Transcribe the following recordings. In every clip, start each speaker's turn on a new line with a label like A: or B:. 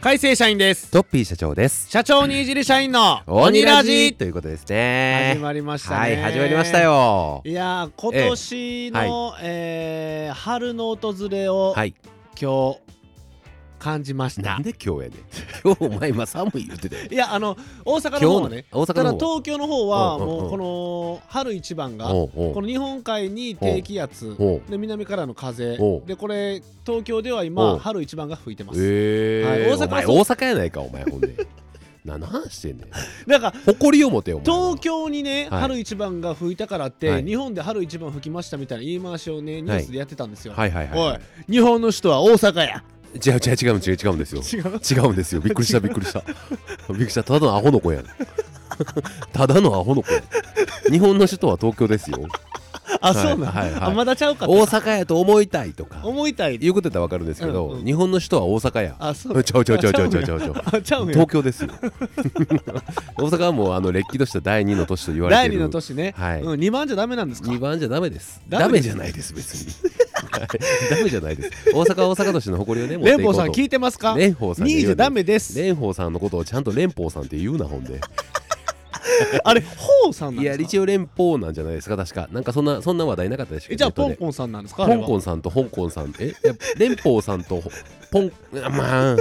A: 改正社員です
B: トッピー社長です。
A: 社長にいじる社員の
B: 鬼
A: 鬼
B: ラ
A: ラ
B: ジ
A: ジ
B: ということですね。
A: 始まりましたね
B: はい、始まりましたよ。
A: いやー今年の、えー春の訪れを
B: はい。
A: 今日感じまし
B: な
A: た
B: んで今日やねん。今日お前今寒い言ってた よ。
A: いやあの大阪の方
B: 今日
A: は
B: の
A: ね
B: 大
A: た
B: 阪
A: だ
B: の方。
A: 東京の方は
B: うんうんうん
A: もうこの春一番が
B: おうおう
A: この日本海に低気圧
B: おう
A: で南からの風
B: おう
A: でこれ東京では
B: お
A: 今
B: う
A: 春一番が吹いてます
B: え
A: はい
B: え
A: 大阪
B: お前大
A: そう
B: 阪やないかお前ほんで。 な何してんねん。
A: なんか
B: 誇りを持てよお前は。
A: 東京にね、
B: はい
A: 春一番が吹いたからっ
B: は
A: て
B: い
A: 日本で春一番吹きましたみたいな言い回しをねニュースでやってたんですよ、
B: はいはい
A: お
B: はい
A: 日本の首都は大阪や
B: い。違う違う違う違う違うんですよ。
A: 違う
B: 違うんですよ。びっくりした
A: 違う
B: びっくりした。びっくりした。ただのアホの子やん。 ただのアホの子やん。日本の首都は東京ですよ。
A: あそうなん、
B: はいはいはい
A: あまだちゃうか
B: 大阪やと思いたいとか。
A: 思いたい
B: 言うことやったらわかるんですけど、
A: うんうん
B: 日本の首都は大阪や。
A: あそう
B: ちゃうちゃうちゃうちゃうちゃうちゃ
A: あ
B: うちゃう。
A: あ ちゃうんや
B: 東京ですよ。 大阪はもうあのれっきとした第二の都市と言われて
A: 第
B: いる。
A: 二の都市ね、
B: はい
A: うん、2番じゃダメなんですか
B: 二番じゃダメです。
A: ダ
B: ダ
A: メ
B: メ
A: です
B: じゃないです別に。 はいダメじゃないです。大阪は大阪都市の誇りをね持ってい
A: 連
B: こ
A: 邦
B: うと。
A: さん聞いてますか
B: 連邦さん
A: 2
B: って言う
A: 位
B: よ
A: じゃダメです
B: 連邦さんのことをちゃんと連邦さんって言うなほんで。
A: あれホウさんなん
B: い
A: で
B: や
A: すか
B: 一応連邦なんじゃないですか確か。なんかそんなそんな話題なかったでしょ。
A: えじゃあ
B: ネット
A: ポ
B: で
A: ンポンさんなんですかあ
B: 香
A: れは
B: 港さんと香港さんえいや連邦さんとポンまあ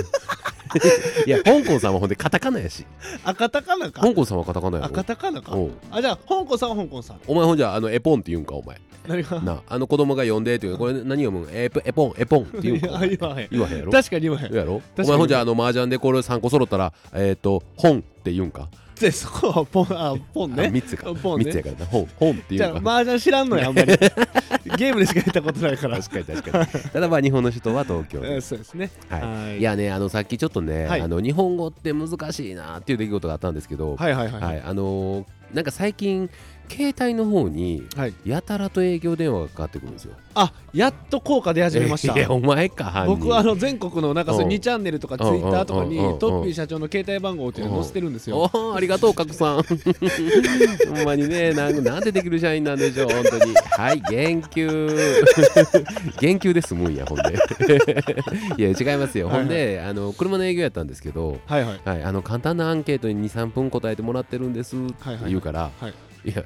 B: いや香港さんはほんでカタカナやし
A: あカタカナか
B: 香港さんはカタカナや
A: あ
B: ろ
A: カタカナか
B: おう
A: あじゃあ香港さんは香港さん
B: お前ほんじゃあのエポンって言うんかお前
A: 何が
B: なあの子供が呼んでっていうこれ何読むんエポエポンエポンって言うんかお 前
A: いや言わへん
B: 言わへんやろ
A: 確かに今や
B: 言うやろ
A: か
B: お
A: に
B: 前ほんじゃあの麻雀でこれ3個揃ったらえっ、と本って言うんか
A: でそこはポンあポンね
B: 3つか
A: ポンね
B: 3つやからな本本って
A: じ
B: 言
A: ゃ
B: う
A: あ
B: んか
A: 麻雀知らんのやあん まりゲームでしかやったことないから
B: 確かに確かにただまあ日本の首都は東京
A: え
B: で
A: ー
B: す
A: そうですね
B: はい
A: はい
B: いやねあのさっきちょっとね、
A: はい
B: あの日本語って難しいなっていう出来事があったんですけど、はい
A: はいはいはい
B: あのーなんか最近携帯の方に
A: はい
B: やたらと営業電話がかかってくるんですよ。
A: あやっと効果出始めまし
B: いや
A: た
B: お前か犯人
A: 僕あの全国のなんかそううん2チャンネルとかツイッターとかに
B: うんうんうんうん
A: トッピー社長の携帯番号っていうの載せてるんですよ
B: おーありがとう賀来さ ん。ほんまにねなんなんでできる社員なんでしょう本当に。はい言及 言及ですもんやほんで。 いや違いますよ、ほんであの車の営業やったんですけど。
A: はいはい
B: はい、あの簡単なアンケートに23分答えてもらってるんですって
A: はいはい
B: 言うから、
A: はい
B: いや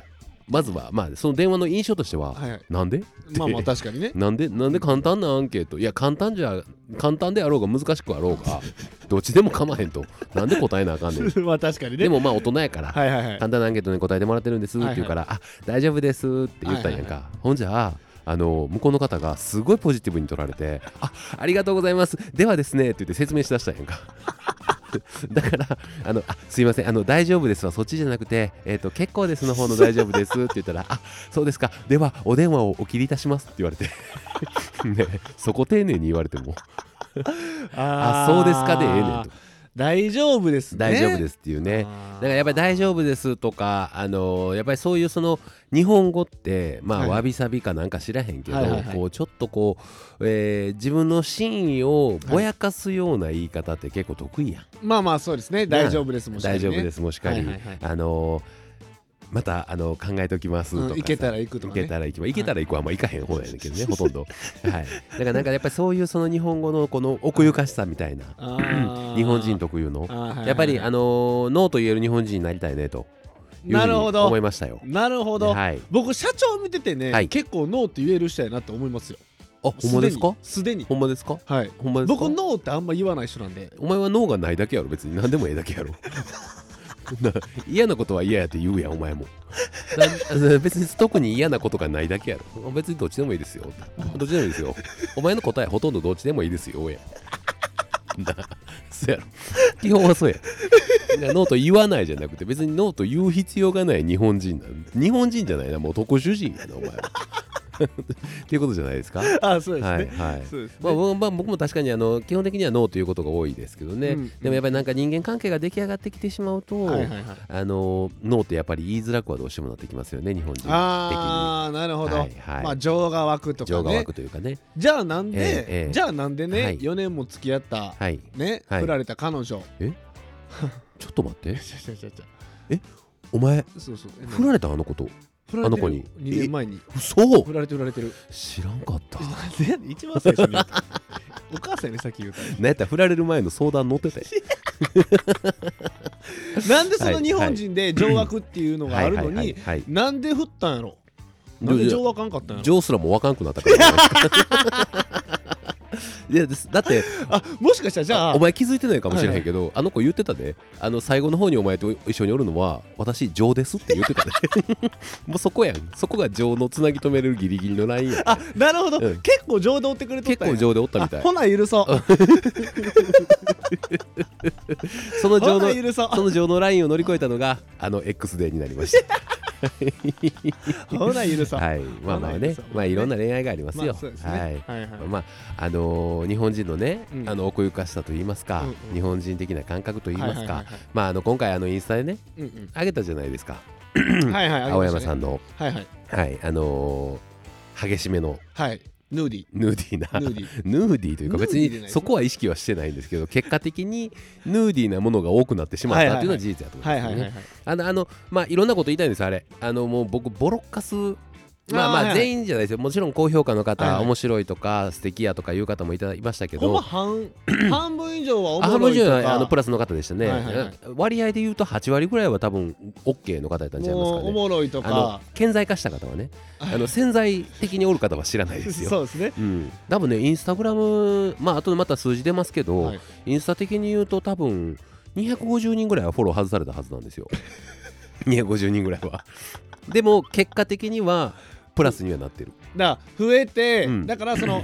B: まずは、まあ、その電話の印象としては、
A: はいはい
B: なんで
A: まあまあ確かにね
B: なんでなんで簡単なアンケートいや簡単じゃ簡単であろうが難しくあろうがどっちでも構わへんとなんで答えなあ かんねん
A: まあ確かにね
B: でもまあ大人やから、
A: はいはいはい
B: 簡単なアンケートに答えてもらってるんですって言うから、あ大丈夫ですって言ったんやんか、ほんじゃああの向こうの方がすごいポジティブに取られて「あありがとうございますではですね」って言って説明しだしたんやんか だからあのあ「すいませんあの大丈夫です」はそっちじゃなくて「えー、と結構です」の方の「大丈夫です」って言ったら「あそうですかではお電話をお切りいたします」って言われて ねそこ丁寧に言われても「
A: あ
B: あ
A: ー
B: そうですか」でええねんと
A: 大丈夫です
B: 「
A: ね
B: 大丈夫です」っていうね
A: あ
B: だ
A: ー
B: からやっぱり大丈夫ですとか、あのーやっぱりそういうその日本語って、まあ
A: はい
B: わびさびかなんか知らへんけど、
A: はいはいはい
B: こうちょっとこう、えー自分の真意をぼやかすような言い方って結構得意やん。
A: まあまあそうですね大丈夫ですもん
B: 大丈夫ですすもしかり、
A: はいはいはい
B: あのーまたあの考えておきますとかさ、
A: 行けたら行くと
B: 行
A: かね
B: けたら行きます。行けたら行くはまあ行かへん方やねんけ どね、ほとんど。はい。だからなんかやっぱりそういうその日本語のこの奥ゆかしさみたいな、
A: あー
B: 日本人特有の
A: あー。はいはいはい
B: やっぱりあのーノーと言える日本人になりたいねと。いうふ
A: な
B: うに
A: るほど
B: 思いましたよ。
A: なるほど、
B: はい。
A: 僕社長見ててね、
B: はい
A: 結構ノーって言える人やなって思いますよ
B: あ、ほんまですか？
A: すでにすで
B: ほんまですか？
A: にはい
B: ほんまですか？
A: 僕ノーってあんま言わない人なんで
B: お前は脳がないだけやろ別に何でもええだけやろ。な嫌なことは嫌やって言うやんお前もな別に特に嫌なことがないだけやろ別にどっちでもいいですよどっちでもいいですよお前の答えほとんどどっちでもいいですよやなそうやろ基本はそうやなノーと言わないじゃなくて別にノーと言う必要がない日本人なん日本人じゃないなもう特殊人やなお前はっていうことじゃないですか
A: あそうですね、
B: はいはい
A: そうですね、
B: まあ、僕まあ僕も確かにあの基本的にはノーということが多いですけどね、
A: うん
B: でもやっぱりなんか人間関係が出来上がってきてしまうと、
A: はいはいはい
B: あのノーってやっぱり言いづらくはどうしてもなってきますよね日本人的に。
A: あーなるほど、
B: はいはい
A: まあ情が湧くとか
B: 情が
A: ね
B: 湧くというかね。
A: じゃあなんで、
B: ええええ
A: じゃあなんでね、
B: はい
A: 4年も付き合った、
B: はい、
A: ね、
B: はい
A: 振られた彼女
B: ちょっと待って
A: ちゃちゃちゃちゃ
B: お前
A: そうそうえ
B: 振られたあの子と
A: 振られてる
B: あの子に
A: 2年前に
B: 嘘
A: 振られて振られてる
B: 知らんかった。
A: なんで一番最初に言ったお母さんより先言うた
B: なんやったら振られる前の相談乗ってたよ
A: なんでその日本人で情悪っていうのがあるの
B: はい
A: に
B: はいはいはい
A: なんで振ったんやろなんで情悪あんかったんや
B: ジ
A: ろ
B: ョーすらもわかんくなったからじゃないですか いやですだって
A: あもしかしたらじゃあ
B: お前気づいてないかもしれへんけど、あの子言ってたであの最後の方にお前と一緒におるのは私情ですって言っ てたでもうそこやんそこが情のつなぎ止めれるギリギリのラインやん
A: あなるほど、
B: うん
A: 結構情で追ってくれとっ
B: 結
A: たんや
B: 構情でおったみた
A: あ
B: い
A: ほな許そう
B: その
A: ほ
B: 情の
A: な許そう
B: その情のラインを乗り越えたのがあの X デーになりました
A: ほな 許そう、
B: はいまあまあねまあいろんな恋愛があります
A: まあ
B: よ、
A: そうですね、
B: はい
A: はいはい
B: まああのー日本人のね、
A: うん
B: あの奥ゆかしさといいますか、
A: うんうん
B: 日本人的な感覚といいますか、
A: はいはいはいはい
B: まああの今回あのインスタでね
A: うん
B: あげたじゃないですか、
A: うんはいはい
B: 青山さ
A: ん
B: んの
A: はいはい
B: はいあのー激しめの
A: はいヌーディ
B: ヌーディーな
A: ヌーディ
B: ヌーディーというか別
A: ヌーディーじゃな
B: に
A: い
B: そこは意識はしてないんですけど結果的にヌーディーなものが多くなってしまったっていうのは事実だと思い
A: はい
B: ます
A: はいは
B: よ
A: いはい
B: ね。あのあのまあいろんなこと言いたいんですあれあのもう僕ボロッカスまあ
A: あーはいは
B: まあ
A: い
B: 全員じゃないですよもちろん高評価の方、
A: はいはい
B: 面白いとか素敵やとかいう方もいただきましたけ
A: ほんま
B: ど
A: 半半分以上はお
B: あ
A: もろ
B: も
A: い
B: ち
A: と
B: ろん
A: か
B: あのプラスの方でしたね、
A: はいはいはい
B: 割合で言うと8割ぐらいは多分 OK の方やったんじゃないますか
A: もうお
B: ね
A: もろいと
B: あの
A: か
B: 顕在化した方は ねあの潜在的におる方は知らないですよ
A: そうですね
B: うん、多分ねインスタグラムまああとでまた数字出ますけど、
A: はい
B: インスタ的に言うと多分250人ぐらいはフォロー外されたはずなんで すよ250人ぐらいはでも結果的にはプラスにはなってる
A: だから増えて、
B: うん
A: だからそ の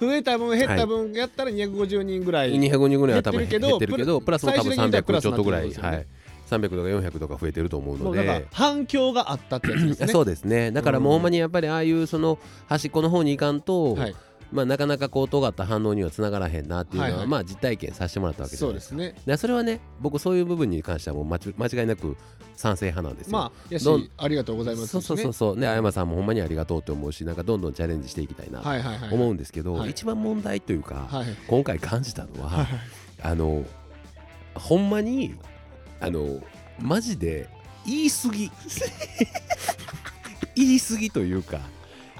A: 増えた分減った分やったら250人ぐらい、
B: 250人ぐらいは多
A: 減
B: 分
A: ってるけど
B: 減ってるけどプ
A: プ
B: ラ
A: ラ
B: スも多
A: 最
B: 分
A: 終的に言った
B: 300
A: ら
B: ちょっとぐらい、
A: プラスにな
B: は
A: っ
B: い、300とか400とか増えてると思う
A: も
B: の
A: うだから
B: で。
A: 反響があったってやつですね
B: そうですねだからもうほんまにやっぱりああいうその端っこの方に行かんと、
A: はい、
B: まあ、なかなかこう尖った反応にはつながらへんなっていうのは、
A: はいはい
B: まあ実体験させてもらったわけじゃ
A: そ
B: な
A: う
B: い
A: で
B: ですか
A: すね
B: でそれはね僕そういう部分に関してはもう間ち間違いなく賛成派なんですよ。
A: まあやし
B: どん
A: ありがとうございます、ね、
B: そうそうそうそうねあやまさんもほんまにありがとうと思うしなんかどんどんチャレンジしていきたいなと
A: はいはいはい
B: 思うんですけど、
A: はい
B: 一番問題というか、
A: はい
B: 今回感じたのは、
A: はい
B: あのほんまにあのマジで言い 過ぎ言い過ぎというか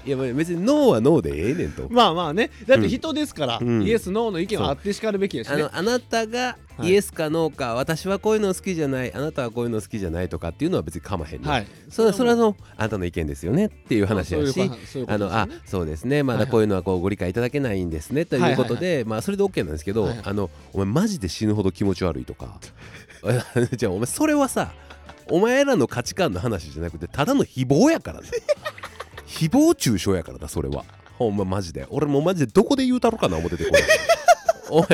B: いやまあ別にノーはノーでええねんと。
A: まあまあねだって人ですから、
B: うん
A: イエスノーの意見はあってしかるべきやし
B: あ
A: ね
B: のあなたが
A: はい
B: イエスかノーか、私はこういうの好きじゃないあなたはこういうの好きじゃないとかっていうのは別にかまへんね、
A: はい
B: それそれはそのあなたの意見ですよねっていう話やし
A: そういうことそういうこ
B: あ
A: とです
B: のあそうですねまだこういうのはこうご理解いただけないんですねということで、まあそれで OK なんですけど、
A: はいはい
B: あのお前マジで死ぬほど気持ち悪いとか じゃあお前それはさお前らの価値観の話じゃなくてただの誹謗や からな誹謗中傷やからなそれはほんまマジで俺もうマジでどこで言うたろかな思っててこれお前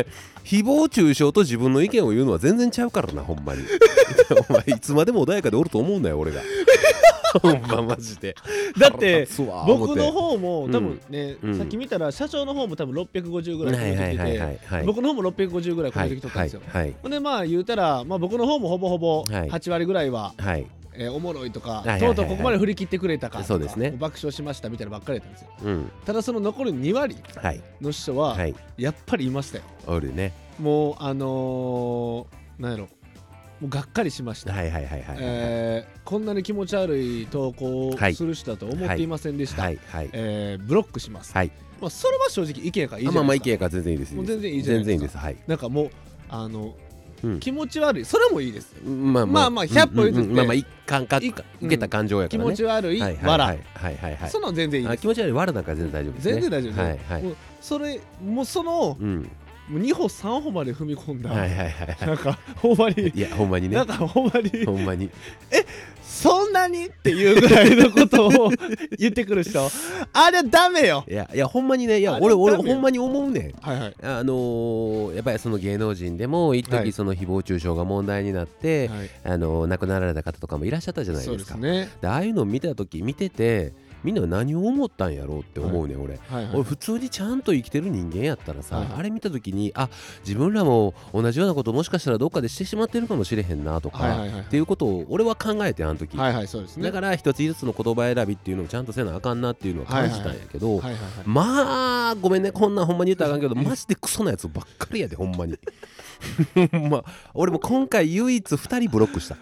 B: 誹謗中傷と自分の意見を言うのは全然ちゃうからなほんまに お前いつまでも穏やかでおると思うんだよ俺が ほんまマジで
A: だって僕
B: 僕
A: の方も
B: うん
A: 多分ね、
B: うん
A: さっき見たら社長の方も多分650ぐらい
B: は
A: 超
B: いは
A: えてき
B: い
A: て
B: はい
A: て、
B: はいはい
A: 僕の方も650ぐらい超
B: は
A: え
B: い
A: てきとったんですよ、
B: はい
A: ほんでまあ言うたら、まあ、僕の方もほぼほぼ
B: はい
A: 8割ぐらいは、
B: はい
A: えーおもろいとか、
B: いはいはい
A: とうとうここまで振り切ってくれたかとか
B: そうですね
A: 爆笑しましたみたいなばっかりだったんですよ
B: うん
A: ただその残り2割
B: はい
A: の人は、
B: はい
A: やっぱりいましたよ
B: おるね
A: もうあのー、なんやろもうがっかりしました、
B: はいはいはいはい
A: えーこんなに気持ち悪い投稿を
B: はい
A: する人だと思っていませんでした、
B: はいはい
A: えーブロックします、
B: はい
A: まあ、それは正直意見がいいじ
B: あ
A: ゃないですか
B: まあまあ意見やから全然いいです
A: もう全然いいじゃな
B: 全
A: い
B: 然い
A: で
B: い
A: すか
B: ですはい
A: なんかもうあの、
B: うん
A: 気持ち悪いそれもいいです
B: まあ
A: まあまあ100歩譲って
B: うんうんうんまあまあ一貫か
A: い
B: 受けた感情やか
A: 気
B: らね
A: 持ち悪い、
B: はいはい
A: わら、
B: はいはいはいはい
A: そんなの全然いい
B: あ
A: です
B: 気持ち悪いわらなんか全然大丈夫ですね
A: 全然大丈夫です
B: はいはい
A: もうそれもうその、
B: うん
A: もう2歩3歩まで踏み込んだ、
B: はいはいはいは
A: なんかほんまに、
B: いいやほんまに
A: な
B: ね
A: んかほんまに
B: ほんまに
A: そんなにっていうぐらいのことを言ってくる 人あれはダメよ
B: いやいやほんまにねいや
A: あれ
B: 俺俺
A: ダメよ
B: ほんまに思うねん
A: はいはい
B: あのーやっぱりその芸能人でも一
A: は
B: 時
A: い
B: その誹謗中傷が問題になって、
A: はい
B: あのー亡くなられた方とかもいらっしゃったじゃない
A: そう
B: で
A: ですす
B: か。
A: ね
B: でああいうのを見た時見ててみんな何を思ったんやろうって思うね、俺。
A: はいはい
B: 俺普通にちゃんと生きてる人間やったらさ、
A: はいはい
B: あれ見た時にあ自分らも同じようなこともしかしたらどっかでしてしまってるかもしれへんなとか、
A: はいはいはい
B: っていうことを俺は考えてあの時、
A: はいはいそうですね
B: だから一つ一つの言葉選びっていうのをちゃんとせなあかんなっていうのを感じたんやけ
A: は
B: ど、
A: いはいはい
B: まあごめんねこんなんほんまに言ったらあかんけどマジでクソなやつばっ かりやでほんまにほんま俺も今回唯一2人ブロックした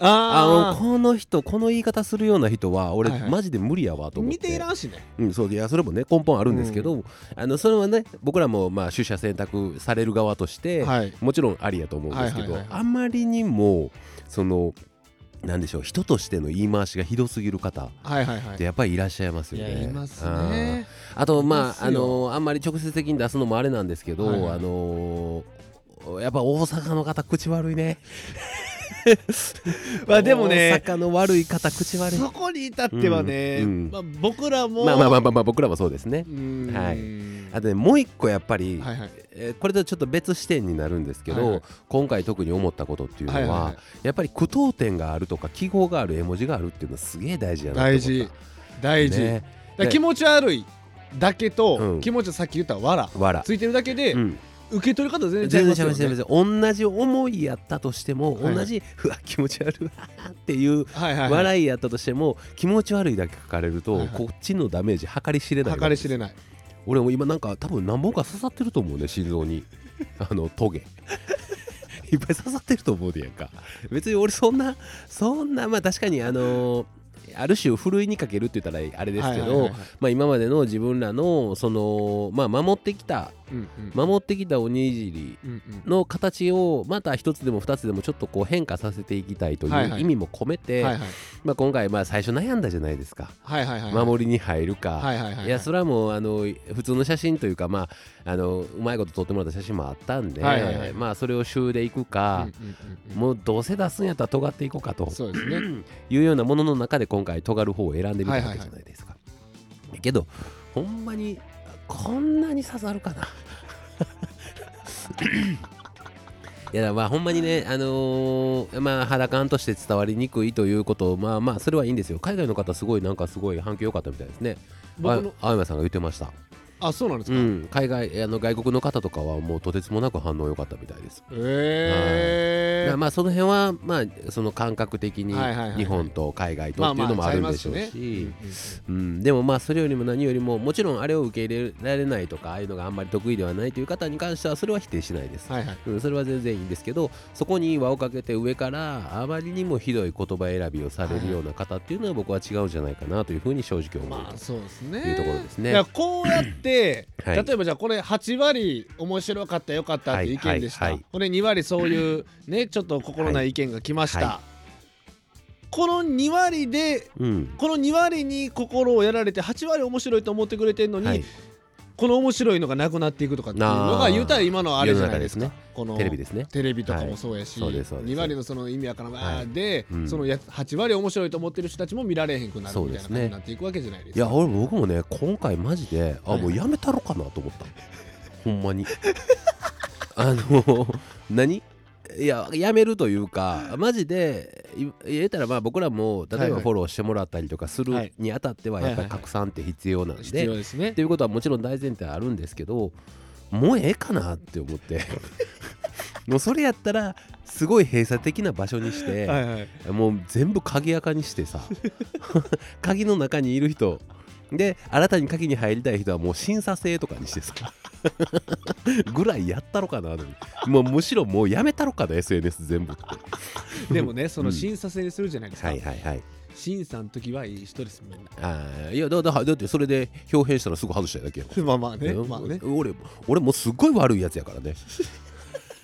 B: あの
A: あ
B: この人この言い方するような人は俺、
A: はいはい
B: マジで無理やわ
A: あ
B: と思っ
A: 見
B: て
A: ていらんしね
B: うん、そういやそれもね根本あるんですけど、あのそれはね僕らもまあ取捨選択される側として、
A: はい
B: もちろんありやと思うんですけど、
A: はいはいはいはい
B: あまりにもそのなんでしょう人としての言い回しがひどすぎる方
A: はいはいはい
B: ってやっぱりいらっしゃいます
A: い
B: よ
A: や
B: ね。
A: いますね
B: あーあと
A: いま
B: ます
A: よ
B: ああのあんまり直接的に出すのもあれなんですけど、
A: はいはい
B: あのやっぱ大阪の方口悪 いね。
A: まあでもね
B: 大阪の悪い方口悪い。
A: そこに至ってはね、
B: うんうん
A: まあ、僕らも
B: まあまあまあまあまあ僕らもそうですね
A: う。ーん
B: はあ
A: は
B: とねもう一個やっぱり、
A: いはい
B: えーこれとちょっと別視点になるんですけど、
A: はいはい
B: 今回特に思ったことっていうのは、
A: はいはいはい
B: やっぱり句読点があるとか記号がある絵文字があるっていうのはすげえ大事やなと思った
A: 大事大事、
B: ね
A: だから気持ち悪いだけと、
B: うん
A: 気持ちさっき言ったわら
B: わら、
A: ついてるだけで、
B: うん、
A: 受け取り方全
B: 全
A: 然違いま
B: 然違
A: す
B: い
A: よ
B: ま
A: ね
B: す違います同じ思いやったとしても、
A: はいはい
B: 同じうわ気持ち悪いわーっていう
A: はいはい、はい、
B: 笑いやったとしても、気持ち悪いだけ書かれると、
A: はいはい
B: こっちのダメージ計り知れない
A: 計り知れ
B: い
A: ない
B: 俺も今なんか多分何本か刺さってると思うね心臓に あのトゲ いっぱい刺さってると思うでやんか別に俺そんなそんなまあ確かにあのーある種ふるいにかけるって言ったらあれですけ
A: はいはいはい
B: ど
A: はい
B: まあ今までの自分らのそのまあ守ってきた
A: うんうん
B: 守ってきたおにぎり
A: うんうん
B: の形をまた一つでも二つでもちょっとこう変化させていきたいとい
A: はいは
B: う
A: い
B: 意味も込めて、
A: はいはい
B: まあ、今回まあ最初悩んだじゃないですか、
A: はいはいはい
B: 守りに入るか、
A: はいはいはい
B: いやそれはもうあの普通の写真というかまああのうまいこと撮ってもらった写真もあったんで、
A: はいはいはい
B: まあそれを週でいく
A: うんう
B: か
A: ん、うんうん
B: もうどうせ出すんやったら尖っていこうかと
A: そうですね
B: いうようなものの中で今回尖る方を選んでみたわけじゃないですか。だけどほんまにこんなに刺さるかな いやまあほんまにね、あのーまあ、肌感として伝わりにくいということまあまあそれはいいんですよ海外の方すごいなんかすごい反響良かったみたいですね
A: 僕の
B: あ青山さんが言ってました、
A: あそうなんです
B: う
A: か、
B: ん、海外あの外国の方とかはもうとてつもなく反応良かったみたいです
A: ええ
B: まあまあその辺はまあその感覚的に
A: はいはいはいはい
B: 日本と海外とっていうのもあるんでしょう
A: ちゃいます
B: し
A: うんうん
B: うんでもまあそれよりも何よりももちろんあれを受け入れられないとかああいうのがあんまり得意ではないという方に関してはそれは否定しないです、
A: はいはい
B: うん、それは全然いいんですけどそこに輪をかけて上からあまりにもひどい言葉選びをされるような方っていうのは僕は違うんじゃないかなというふうに正直思い
A: ま
B: ま
A: あ
B: す、
A: そうですね。
B: いうところですね
A: いやこうやって、
B: はい
A: 例えばじゃあこれ8割面白かったよかったって意見でした、
B: はいはいはい
A: これ2割そういうねちょっと心ない意見が来ました、
B: はいは
A: この2割で
B: うん
A: この2割に心をやられて8割面白いと思ってくれてるのに、
B: はい
A: この面白いのがなくなっていくとかっていうの
B: あ
A: が
B: ー
A: 言うたら今のあれじゃないですか
B: 世の中
A: この
B: テレビですね
A: テレビとかもそうやし、
B: はいそうですそうです
A: 2割のその意味やからわ
B: は
A: ーで、
B: うん
A: そのや8割面白いと思ってる人たちも見られへんくなるみたいな感じになっていくわけじゃないです
B: い
A: か。
B: や俺僕もね今回マジであ、
A: はい
B: もうやめたろかなと 思ったほんまにあの何いややめるというかマジでい言えたらまあ僕らも例
A: は
B: え
A: い
B: ば
A: はい
B: フォローしてもらったりとかす
A: は
B: る
A: い
B: にあたっては
A: はい
B: や
A: は
B: っ
A: いは
B: ぱ
A: い
B: り拡散って必要なんで、
A: 必要ですね
B: って。いうことはもちろん大前提あるんですけどもうええかなって思って もうそれやったらすごい閉鎖的な場所にして、
A: はいはい
B: もう全部鍵垢にしてさ 鍵の中にいる人で新たに鍵に入りたい人はもう審査制とかにしてさ ぐらいやったろかなもうむしろもうやめたろかな SNS 全部って
A: でもね、そうの
B: ん
A: 審査制にするじゃないですか。
B: はいはいはい
A: 審査の時はいい人です、みんな。
B: あーいやだだだってそれで表変したらすぐ外したいだけよ
A: まあまあね、
B: うん
A: まあね。
B: 俺俺もうすっごい悪いやつやからね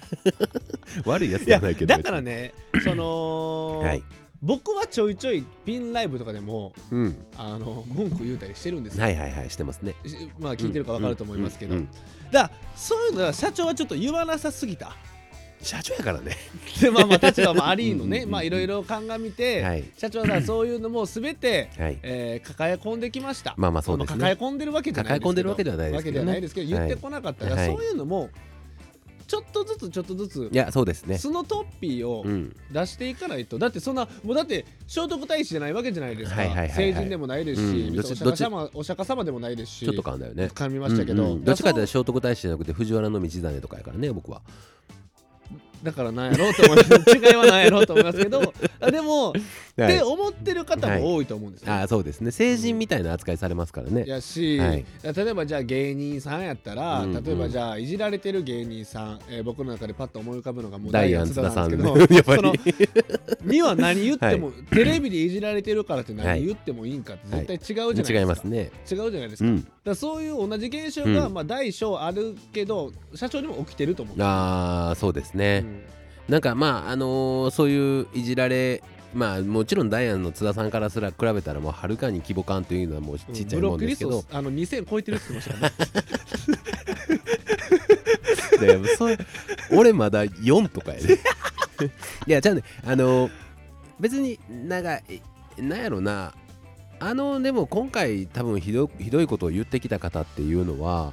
B: 悪いやつ
A: い
B: じ
A: や
B: ゃないけど
A: だからね、その、
B: はい
A: 僕 はちょいちょいピンライブとかでも、
B: うん
A: あの文句言うたりしてるんですよ。
B: はいはいはいしてますね
A: しまあ聞いてるか分かると思いますけど、
B: うんうん
A: だからそういうのは社長はちょっと言わなさすぎた。
B: 社長やからね
A: でまあまあ立場もありの
B: うんうん
A: ね、
B: うん
A: まあいろいろ鑑みて、
B: はい
A: 社長はそういうのもすべて、
B: はい
A: えー抱え込んできました。
B: まあまあそうですね
A: その抱え込んでるわけじゃない
B: 抱え込んでるわけではないですけどね
A: わけではないですけど言ってこなかったから、
B: はい
A: そういうのもちょっとずつちょっとずつ
B: いやそうですね
A: 素のトッピーを
B: うん
A: 出していかないと、だってそんなもうだって聖徳太子じゃないわけじゃないですか、
B: はいはいはいはい
A: 成人でもないですし、
B: うんどっ
A: 別
B: ち
A: にお釈迦様お釈迦様でもないですし
B: ちょっと噛んだよね
A: 噛みましたけど、
B: うんうんどっちかとい
A: だ
B: うと聖徳太子じゃなくて藤原道真とかやからね僕は
A: らだからなんやろうと思います 違いはなんやろうと思いますけどあでも、
B: は
A: って
B: い、
A: 思ってる方も多いと思うんですよ、
B: あーそうですね成人みたいな扱いされますからね
A: やし、
B: はい
A: 例えばじゃあ芸人さんやったら、
B: うんうん
A: 例えばじゃあいじられてる芸人さん、えー僕の中でパッと思い浮かぶのがもう
B: ダ
A: ダ
B: イ
A: イ
B: ア
A: ア
B: ン
A: ン
B: 津
A: 津
B: 田
A: 田
B: さ
A: なん
B: ん
A: ですけ
B: ね
A: ど、
B: やっぱ
A: その
B: り
A: には何言っても、テレビでいじられてるからって何言ってもいいんかって絶対違うじゃないですか、
B: 違いますね
A: 違うじゃないです
B: う
A: か,、だか
B: ん
A: らそういう同じ現象が、
B: うん
A: まあ、大小あるけど社長にも起きてると思う
B: あーそうですね、
A: うん
B: なんかまああのーそういういじられまあもちろんダイアンの津田さんからすら比べたらもうはるかに規模感というのはもうちっちゃ
A: ブ
B: い
A: ロ
B: もん
A: ック
B: で
A: リ
B: すけ
A: ス
B: ど
A: ト、あの2000超えてるって言ってましたからね
B: でそう俺まだ4とかやで いやじゃあねあのー別になんかえなんやろなあのでも今回多分ひどひどいことを言ってきた方っていうのは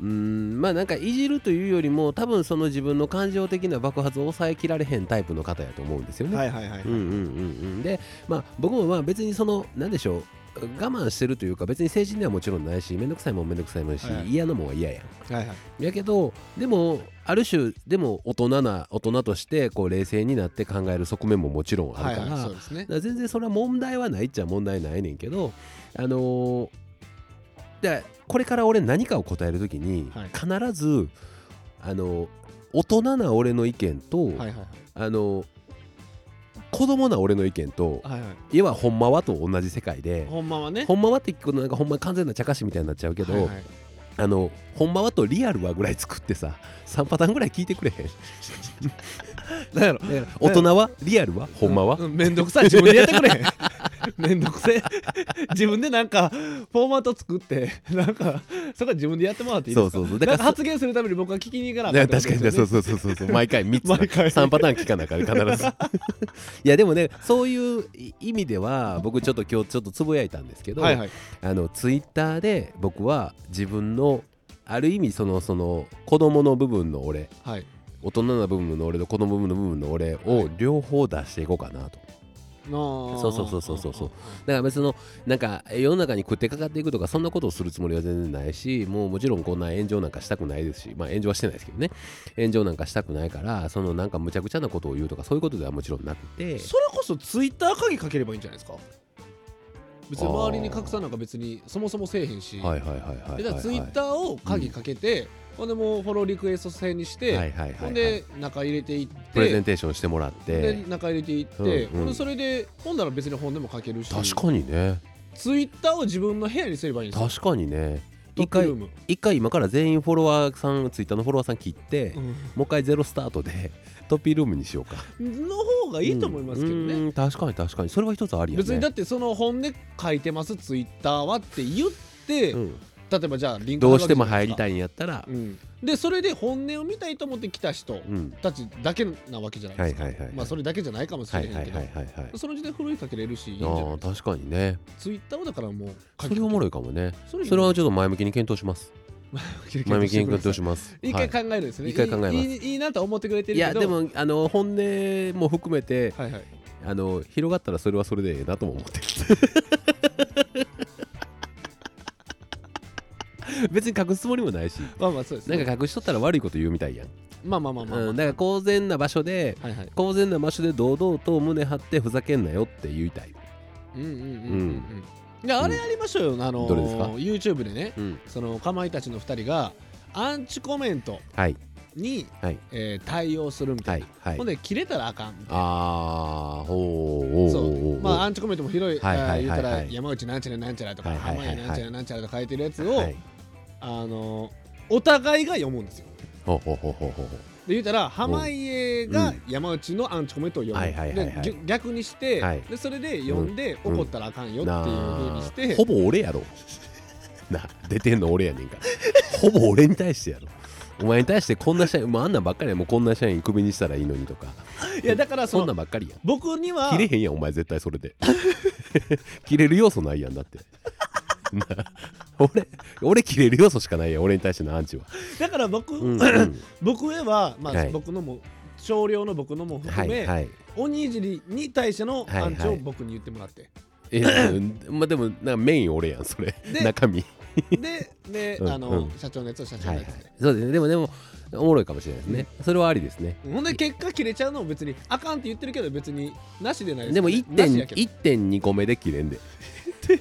B: うーんまあなんかいじるというよりも多分その自分の感情的な爆発を抑えきられへんタイプの方やと思うんです よね。
A: はいはいはい、
B: うんうんうんうん、で、まあ、僕もまあ別にそのなんでしょう我慢してるというか別に成人ではもちろんないし面倒くさいもん面倒くさいもんし、
A: はい
B: 嫌なもんは嫌や
A: はいはい
B: んやけどでもある種でも大人な大人としてこう冷静になって考える側面ももちろんあ
A: はい
B: るから,、
A: はいそう
B: だか
A: ですね
B: ら全然それは問題はないっちゃ問題ないねんけどあのーでこれから俺何かを答える時に、
A: はい
B: 必ずあの大人な俺の意見と、
A: はいはいはい
B: あの子供な俺の意見と
A: はいはい
B: 要はほんまはと同じ世界で
A: ほんまはね
B: ほんまはって聞くとなんかほんま完全な茶化しみたいになっちゃうけど、
A: はいはい
B: あのほんまはとリアルはぐらい作ってさ3パターンぐらい聞いてくれへん
A: なんやろ
B: 大人はリアルはほんまは、
A: うんめんどくさい自分でやってくれへ んめんどくせえ自分でなんかフォーマット作ってなんかそこは自分でやってもらっていいで
B: そ
A: す
B: う
A: か
B: そうそう
A: だ
B: だ
A: か
B: からら
A: 発言するために僕は聞きに行かなあ
B: ね
A: んってこ
B: 確
A: とで
B: かに
A: す
B: ね
A: よね
B: そうそうそうそうそう毎回3つ
A: 毎回
B: 3パターン聞かなあかんから 必ずいやでもねそういう意味では僕ちょっと今日ちょっとつぶやいたんですけど、
A: はいはい
B: あのツイッターで僕は自分のある意味そのその子供の部分の俺
A: はい
B: 大人な部分の俺と子供の部分の部分の俺を両方出していこうかなと
A: の
B: そうそうそうそうそうそうだから別のなんか世の中に食ってかかっていくとかそんなことをするつもりは全然ないしもうもちろんこんな炎上なんかしたくないですしまあ炎上はしてないですけどね炎上なんかしたくないからそのなんかむちゃくちゃなことを言うとかそういうことではもちろんなくて
A: それこそツイッター鍵かければいいんじゃないですか別に周りに拡散なんか別にそもそもせえへんし、
B: はいはいはいはい
A: でじゃあツイッ
B: ー
A: ターを鍵かけて、ほんでもうフォローリクエスト制にして、
B: はいはいは
A: ほん
B: いはい
A: で中入れていって
B: プレゼンテーションしてもらって
A: で中入れていって、
B: うんうん
A: ほんでそれで本なら別に本でも書けるし
B: 確かにね
A: ツイッターを自分の部屋にすればいいんですよ
B: 確かにね
A: ロ
B: 一
A: ックル
B: 回
A: ーム、
B: 一回今から全員フォロワーさんツイッターのフォロワーさん切って、もう一回ゼロスタートでトッピールームにしようか
A: うんの方がいいと思いますけどね、
B: うんうん確かに確かにそれは一つありやね
A: 別にだってその本で書いてますツイッターはって言って、
B: うん
A: 例えばじゃあリンク
B: どうしても入りた
A: い、
B: いんやったら
A: うん、でそれで本音を見たいと思って来た人
B: うん
A: たちだけなわけじゃない
B: は
A: で
B: い
A: すか、
B: はいはい
A: まあそれだけじゃないかもし
B: は
A: れへ
B: い
A: んけど、
B: はいはいはいはい
A: その時点ふるいかけれるしいいんじ
B: あ
A: ゃない
B: ー確かにね
A: ツイッターをだからもう書
B: そ
A: き
B: れおもろいかもね
A: それ
B: それはちょっと前向きに検討します前向きに検討します
A: 一
B: は
A: 回
B: い
A: 考えるんですね、
B: 一回考えます
A: いいいいいいなとは思ってくれてる
B: い
A: けど
B: やでもあの本音も含めて
A: はいはい
B: あの広がったらそれはそれでええなとも思ってる 別に隠すつもりもないし
A: まあまあそうです
B: な
A: ね
B: んか隠しとったら悪いこと言うみたいやん、
A: まあまあまあまあ、まあ
B: うん、だから公然な場所で
A: はいはい
B: 公然な場所で堂々と胸張ってふざけんなよって言いたい、
A: うんうんうんうんうんいやあれやりましょうよ、あのー
B: どれですか
A: YouTube でね
B: うん、
A: そのかまいたちの2人がアンチコメント
B: はい
A: に、
B: はい
A: えー対応するみた
B: はいい
A: な、
B: はい
A: ほんで切れたらあかんみたいな
B: ああほうおうおう
A: そう
B: おう
A: まあアンチコメントも広い、
B: はいはいはいはい
A: あー言うたら山内なんちゃらなんちゃらとか、
B: はいはいはいは
A: 濱
B: い
A: 家なんちゃらなんちゃらと書いてるやつを、
B: はい
A: あのーお互いが読むんですよ
B: ほうほうほうほうほうほ
A: で言うたら濱家が山内のアンチコメントを読
B: はいはい
A: む
B: はいは
A: で
B: い
A: ぎゅ逆にして、
B: はい
A: でそれで読んで、
B: うん
A: 怒ったらあかんよっ
B: う
A: ていうふうにして、
B: なあほぼ俺やろ な出てんの俺やねんからほぼ俺に対してやろお前に対してこんな社員もうあんなんばっかりやもうこんな社員クビにしたらいいのにとか
A: いやだからそ
B: そ
A: の
B: んなんばっかりやん
A: 僕には
B: 切れへんやんお前絶対それで 切れる要素ないやんだって な俺俺切れる要素しかないやん俺に対してのアンチは、
A: だから僕、
B: うんうん
A: 僕へは、まあ
B: はい
A: 僕のも少量の僕のも
B: は
A: 含め、
B: いはい
A: おにじりに対してのアンチ
B: はいは
A: を
B: い
A: 僕に言ってもらって、
B: えまあでもなんかメイン俺やんそれ
A: で
B: 中身
A: でで、あの
B: うん
A: 社長のやつは社長
B: は
A: の
B: い
A: や
B: は
A: つ
B: い
A: で、、
B: そうですねでもでもおもろいかもしれないですねそれはありですね
A: ほんで結果切れちゃうのも別にあかんって言ってるけど別になしでないす
B: でも1
A: なし
B: 点
A: やけど
B: 1.2個目で切れんで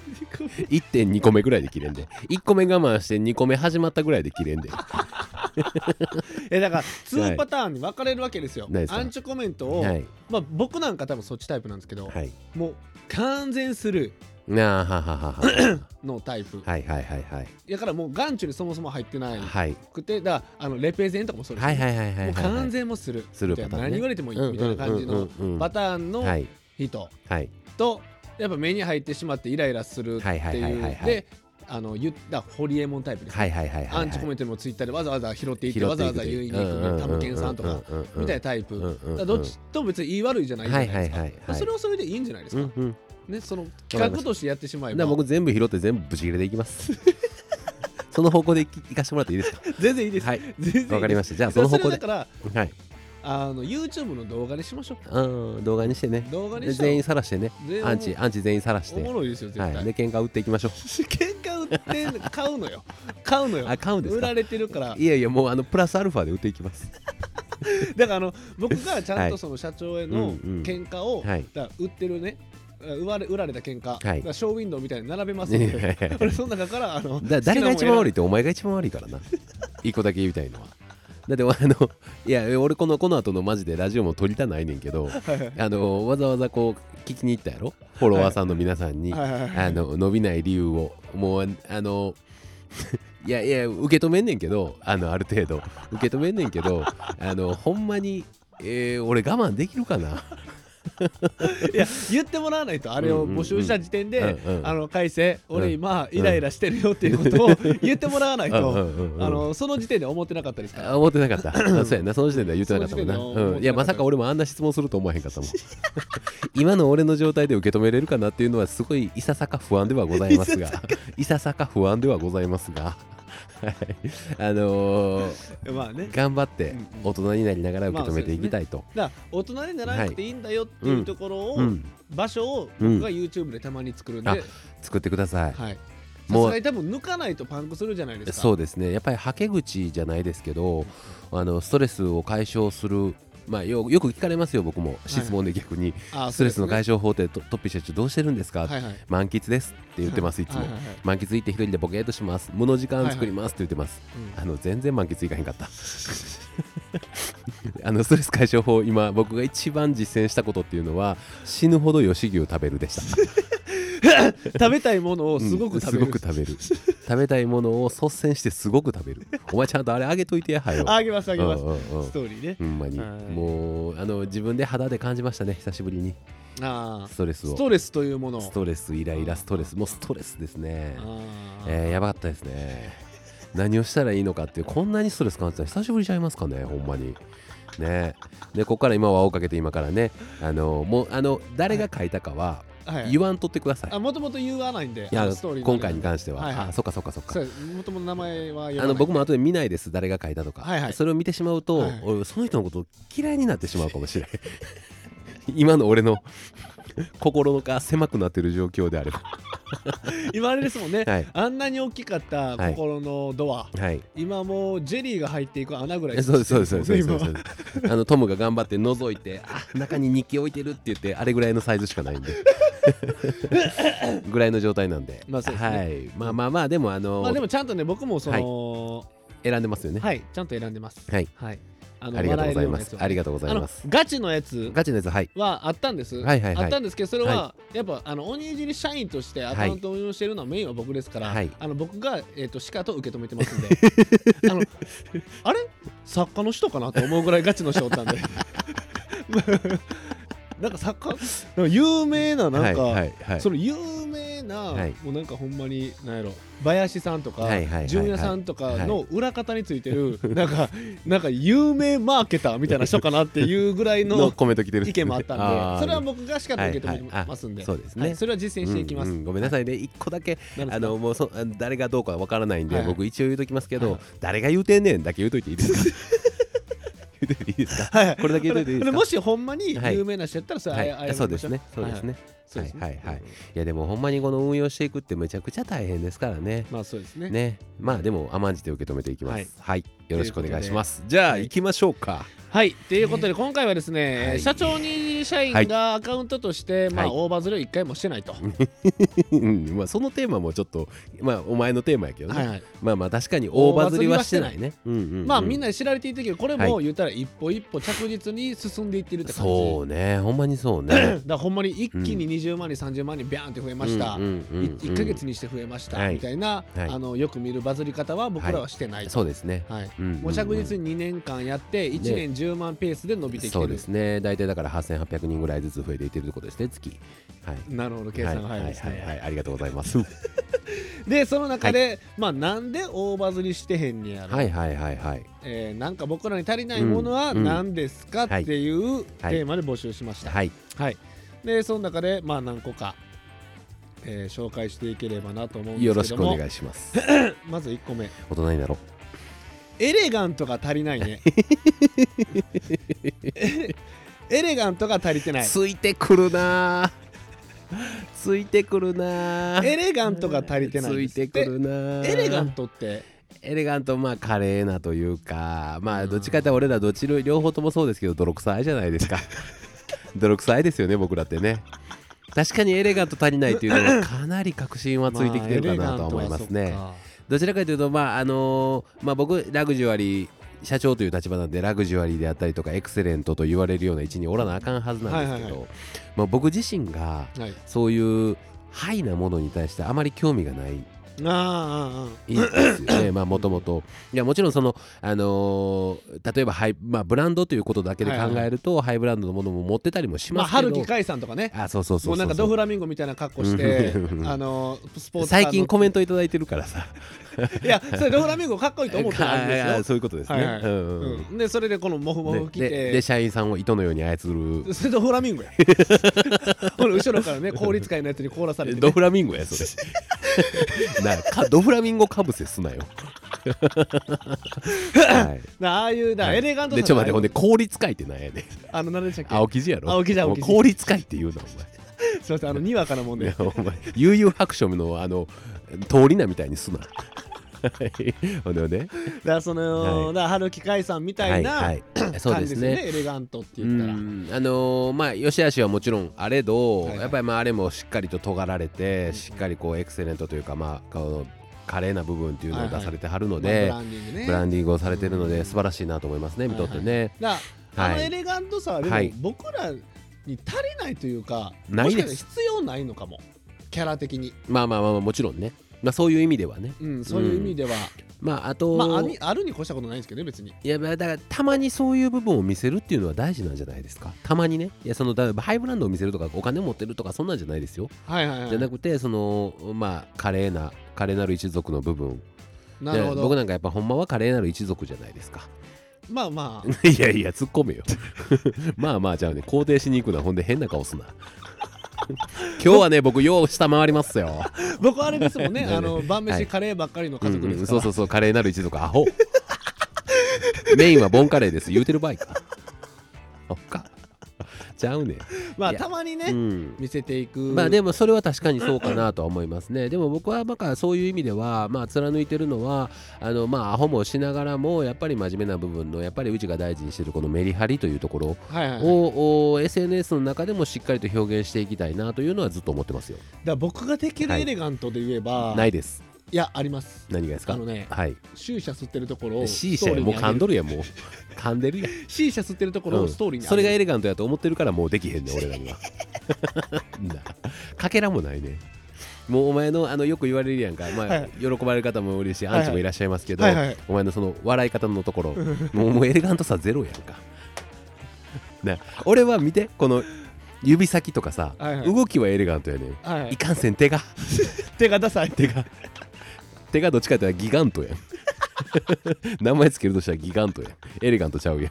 B: 1.2個目ぐらいで切れんで1個目我慢して2個目始まったぐらいで切れんで
A: えだから2パターンに分かれるわけですよ、
B: ないですか
A: アンチョコメントを、
B: はい
A: まあ、僕なんか多分そっちタイプなんですけど、
B: はい
A: もう完全する
B: なあはははは
A: のタイプ
B: はいはいはいはい
A: だからもう眼中にそもそも入ってない
B: はい
A: くてだからあのレペゼンとかもそうです、
B: はいはいはいはいはい
A: もう完全もする
B: する
A: みたいな
B: パターンね
A: 何言われてもいいみたいな感じ
B: うんう
A: の
B: んうんうん
A: パターンの
B: はい
A: 人
B: はい
A: とやっぱ目に入ってしまってイライラするって
B: はいはいいはいはいうはい
A: であの言ったホリエモンタイプです、
B: はいはいはいはい
A: アンチコメントにもツイッターでわざわざ拾ってい
B: 拾
A: っ
B: って
A: わざわざ言いに行くタムケンさんとかみたいな
B: な
A: タイプ、
B: うんうんうん
A: だからどっちとも別に言い悪いじゃないじゃ
B: は
A: ないいで
B: はい
A: すか、
B: はいはい
A: それはそれでいいんじゃないです
B: う
A: か、
B: んうん
A: ねその企画としてやってしまえ
B: だ
A: ば
B: から僕全部拾って全部ブチ切れでいきます その方向でいき行かしてもらっていいですか
A: 全然いいです、
B: はい
A: 全然いいです
B: わかりましたじゃあ
A: そ
B: その方
A: れ
B: 向
A: だ
B: で
A: から
B: はい
A: あの YouTube の動画にしましょ
B: うん動画にしてね
A: う動画に
B: で
A: したら
B: 全員晒してね
A: 全員
B: アンチアンチ全員晒し
A: お
B: て
A: もろいですよ絶
B: は
A: 対、
B: いで喧嘩打っていきましょう
A: 喧嘩売ってんの買うのよ買うのよ
B: あ買うんです
A: 売
B: から
A: れてるから
B: いやいやもうあのプラスアルファで打っていきます
A: だからあの僕がちゃん
B: は
A: と
B: い
A: その社長へ
B: う
A: の
B: んうん
A: 喧嘩を、
B: はい
A: だから売ってるね売られ売られた喧嘩、
B: はい
A: だからショーウィンドウみたいに並べますん
B: いやいや
A: で
B: いや
A: 俺その中からあの
B: だ誰が一番悪
A: い
B: いってお前が一番悪いからな一個だけ言いたいのはだってあのいや俺このこの後のマジでラジオも撮りたないねんけどあのわざわざこう聞きに行ったやろフォロワーさんの皆さんに、
A: はいはいはい
B: あの伸びない理由をもうあの いやいや受け止めんねんけどあのある程度受け止めんねんけどあのほんまに、えー俺我慢できるかな
A: いや言ってもらわないとあれを募集した時点で
B: うんうんうん
A: あの改正
B: う
A: 俺
B: ん
A: 今イライラしてるよっていうことを言ってもらわない
B: うん
A: と
B: うんうんうん
A: あのその時点で思ってなかったですから
B: あ思ってなかったあそうやなその時点では言ってなかったもんな
A: その時点では思ってなかった
B: うん、いやまさか俺もあんな質問すると思わへんかったもん今の俺の状態で受け止めれるかなっていうのはすごいいささか不安ではございますがいささか不安ではございますがはいあのー
A: まあね
B: 頑張って
A: うん
B: 大人になりながら受け止めていきたいと、
A: だから大人にならなくていいんだよっていうところを、
B: うん、
A: 場所を
B: うん
A: 僕が YouTube でたまに作るんで、
B: あ作ってください、
A: はい。さ
B: もう
A: すがに多分抜かないとパンクするじゃないですか。
B: そうですねやっぱりはけ口じゃないですけどあのストレスを解消するまあよよく聞かれますよ僕も質問で逆に、
A: あー
B: ストレスの解
A: そ
B: 消法ってトトッピー社長どうしてるんですか、
A: うですねはいはい。
B: 満喫ですって言ってますいつも、
A: はいはいはい
B: 満喫いって一人でボケーっとします無の時間作りますって言ってます、あの全然満喫いかへんかった あのストレス解消法今僕が一番実践したことっていうのは死ぬほど吉牛を食べるでした
A: うん食べたいものをすごく食べる。
B: うんすごく食べる食べたいものを率先してすごく食べ るお前ちゃんとあれあげといてやはよ
A: ああげますあげます
B: うん。うんうん
A: ストーリーね。
B: ほんまに
A: はい
B: もうあの自分で肌で感じましたね久しぶりに
A: あ
B: ス
A: あ。
B: トレスを
A: ストレスというものを。
B: ストレスイライラストレスもうストレスですね
A: あー
B: えー、やばかったですね何をしたらいいのかっていうこんなにストレス感じたら久しぶりちゃいますかねほんまにねでここから今は輪をかけて今からねあのもうあの誰が書いたかは
A: はい
B: 言。わんとってください、
A: あもともと言わないんで。
B: い
A: あ
B: や
A: のストーリーの
B: 今回に関しては、
A: はいはい
B: あそっかそっかそっか
A: そうですもともと名前は呼ばない
B: あの僕も後で見ないです誰が書いたとか、
A: はいはい
B: それを見てしまうと、
A: はい
B: 俺その人のこと嫌いになってしまうかもしれない 今の俺の心が狭くなってる状況であれば
A: 今あれですもんね。
B: はい
A: あんなに大きかった心のドア。
B: はい
A: 今もうジェリーが入っていく穴ぐら
B: え
A: い。
B: そうですそうですそうですそう
A: 今
B: ですそうですあのトムが頑張って覗いてあ中に日記置いてるって言ってあれぐらいのサイズしかな いんでぐらいの状態なんで,、
A: まあそうですね
B: はい、まあまあまあでもあの、
A: まあでもちゃんとね僕もその
B: 選んでますよね
A: はい、ちゃんと選んでます。
B: はい、
A: はい。あ
B: ありがとうござい
A: 笑えるよう
B: ま
A: なやつ
B: す
A: を
B: ありがとうございます
A: あのガチのやつ
B: ガチのやつはい
A: はあったんです、
B: はいはいはい
A: あったんですけどそれはやっぱあのおにじり社員としてアカウントを運用しているのはメインは僕ですから、
B: はい
A: あの僕が、えー、としかと受け止めて ますんであのあれ作家の人かなと思うぐらいガチの人お ったんでなんか作家なんか有名ななんか、
B: はいはいはい
A: その有名な、
B: はい
A: もうなんかほんまになんやろ林さんとか
B: はいはいはいはい
A: 純也さんとかの裏方についてる、なんかなんか有名マーケターみたいな人かなっていうぐらい
B: の
A: の
B: コメント来てる
A: 意見もあったん
B: あー
A: でそれは僕がしかと受け止めてますんで、
B: はいはいあそうですね
A: はいそれは実践していきます、
B: うんうんごめんなさいね、一個だけ
A: 何ですか
B: あのもうそあの誰がどうかわからないんで、
A: はいはい
B: 僕一応言うときますけ
A: はい
B: ど、
A: はい
B: 誰が言うてんねんだけ言うといていいですか言うてていいですか
A: はい
B: これだけ言うといていいですか
A: でもしほんまに
B: はい
A: 有名な人やったらそれ
B: は
A: あや
B: い、そうですね、そうですね。
A: そうですね
B: はいはいはいいやでもほんまにこの運用していくってめちゃくちゃ大変ですからね。
A: まあそうですね
B: ね、まあでも甘んじて受け止めていきます。はい、よろしくお願いします。じゃあ
A: はい
B: 行きましょうか。
A: はいということで今回はですね、
B: はい
A: 社長に社員がアカウントとして、ま
B: は
A: あ
B: い
A: オーバーズルを一回もしてないと、はい
B: うんまあそのテーマもちょっとまあお前のテーマやけどね。
A: はい
B: まあまあ確かに大バズりはしてないね。うんうんうん
A: まあみんなに知られていたけどこれも
B: は
A: 言ったら一歩一歩着実に進んでいってるって感じ
B: そうね、ほんまにそ う
A: だ
B: ね。
A: からほんまに一気に20万人、30万人ビャーンって増えました、
B: うんうんうんうん
A: 1ヶ月にして増えました、
B: はい
A: みたいな、
B: はい
A: あのよく見るバズり方は僕 らはしてないと、
B: そうですね。
A: はい
B: うんうんうん
A: もう着実に2年間やって1年10万ペースで伸びてきて
B: そ
A: る、
B: うですね。大体だから8800人ぐらいずつ増えていってるってことですね、月。はい。
A: なるほど計算が早いですね、
B: はいはいはいはい、ありがとうござ います。は
A: でその中で、まあなんで大バズりしてへんねやろ、
B: いはいはいはい。
A: えーなんか僕らに足りないものは
B: うん
A: 何ですか、
B: はい
A: っていうテ
B: はい
A: ーマで募集しました、はい
B: はい。
A: でその中でまあ何個か、えー紹介していければなと思うんですけども
B: よろしくお願い します。
A: まず1個目
B: 大人になろ
A: エレガントが足りない ね。エレガントが足りて
B: う。
A: ない。
B: ついてくるな あ。ついてくるなあ。
A: エレガントが足りてないん
B: つ
A: で
B: い
A: すって
B: くるなあ。
A: エレガントって、
B: エレガントまあ華麗なというか
A: う
B: まあ
A: ん
B: どっちかって俺らどっち両方ともそうですけど泥臭いじゃないですか泥臭いですよね僕らってね確かにエレガント足りないというのはかなり確信はついてきてるかなとは思いますね、
A: まあ
B: どちらかというとまああのーまあ僕ラグジュアリー社長という立場なんでラグジュアリーであったりとかエクセレントと言われるような位置におらなあかんはずなんですけど、
A: はいはい
B: まあ、僕自身が
A: エレガントはそっかはい。
B: そういうハイなものに対してあまり興味がない
A: あー
B: いいですよねまあもともといやもちろんそのあのー例えばハイ、まあ、ブランドということだけで考えると、ハイブランドのものも持ってたりもし
A: あー、ま
B: ま
A: あ、
B: すけ
A: 春
B: ど、
A: 木海さんとかね。
B: あそうそうそ
A: も
B: う
A: う
B: そ
A: なんか
B: う
A: ドフラミンゴみたいな格好して、あのスポーツカー
B: 最
A: の
B: 近コメントいただいてるからさ
A: いやそれドフラミンゴかっこいいと思ったらあれ
B: あ
A: で
B: あ
A: す
B: そういうことですね、
A: はいはい
B: うんうん
A: よ、
B: うん
A: うん、でそれでこのモフモフ着
B: ででで
A: て
B: 社員さんを糸のように操る
A: それドフラミン ゴやほら後ろからね効率会のやつに凍らされて、ね、
B: ドフラミンゴやそ れなかドフラミンゴかぶせすなよ はい
A: だからああいうだからエレガントさ
B: でちょっと待って
A: があ
B: ほ
A: る
B: んで効率会ってなんやねん
A: あの何でしたっけ
B: 青生地やろ
A: 青生地青生地
B: もう効率会って言うなお前
A: すいませんあのにわかなもん
B: いや
A: で
B: お前悠々白書のあの通り名みたいに すな。はいほんでね。
A: だからその、
B: はい
A: だから春木海さんみたいな
B: はい、そう
A: 感
B: で
A: じですすよね,、
B: ね。
A: エレガントって
B: う
A: 言ったら、
B: んあのーまあよしあしはもちろんあれど、
A: はいはい
B: やっぱりまああれもしっかりと尖られ
A: う
B: て、
A: ん
B: しっかりこうエクセレントというかまあこの華麗な部分っていうのを出されてはるので、
A: まあブランディングね
B: ブランディングをされてるの
A: うん
B: で素晴らしいなと思いますね、見とってね。
A: だから
B: はい
A: あのエレガントさはでも、
B: はい
A: 僕らに足りないというか
B: ないです
A: もしかしたら必要ないのかもキャラ的に、
B: まあまあまあまあもちろんね。まあそういう意味ではね。
A: うん、そういう意味では、
B: まああと、
A: まああにあるに越したことないんですけどね別に
B: いやまあだからたまにそういう部分を見せるっていうのは大事なんじゃないですかたまにねいやそのだハイブランドを見せるとかお金持ってるとかそんなんじゃないですよ、
A: はいはいはい
B: じゃなくてそのまあ華麗な華麗なる一族の部分
A: なるほ
B: で
A: ど
B: 僕なんかやっぱほんまは華麗なる一族じゃないですか
A: まあ ま
B: いやいや突っ込めよ まあまあじゃあね肯定しに行くなほんで変な顔すな 今日はね僕よう下回りますよ
A: あ僕はあれですもんね
B: ね
A: あの晩
B: は
A: 飯
B: い
A: カレーばっかりの家族ですか
B: そう
A: ら、
B: そうそうカレーなる一族アホメインはボンカレーです言うてる場合かあかちゃうねん
A: まあ
B: いや
A: たまにね、
B: うん
A: 見せていく
B: まあでもそれは確かにそうかなとは思いますねでも僕はまあそういう意味ではまあ貫いてるのはあのまあアホもしながらもやっぱり真面目な部分のやっぱりうちが大事にしてるこのメリハリというところ
A: はいはいはい、
B: を、お SNS の中でもしっかりと表現していきたいなというのはずっと思ってますよ
A: だから僕ができる
B: はい
A: エレガントで言えば、、
B: ないいです
A: やあります
B: 何がです
A: あ
B: か
A: のね
B: はい
A: シーシャ吸ってるところを
B: C 社やもう噛んどるやんもう噛んでるやん
A: シーシャ吸ってるところ
B: う
A: を
B: ん
A: ストーリーに
B: それが
A: 上
B: エ
A: げる
B: レガントやと思ってるからもうできへんねん俺ら にはなかけらもないねもうお前のあのよく言われるやんか、まあ
A: はい
B: 喜ばれる方もおるし
A: はいはい
B: アンチもいらっしゃいますけど、
A: はいはい
B: お前のその笑い方のとこ ろもうもうエレガントさゼロやんかな俺は見てこの指先とかさ、
A: はいはい
B: 動きはエレガントやねん、
A: はい
B: い、かんせん手が
A: 手がダサい
B: 手が手がどっちかって言ったらギガントやん 名前つけるとしたらギガントやエレガントちゃうや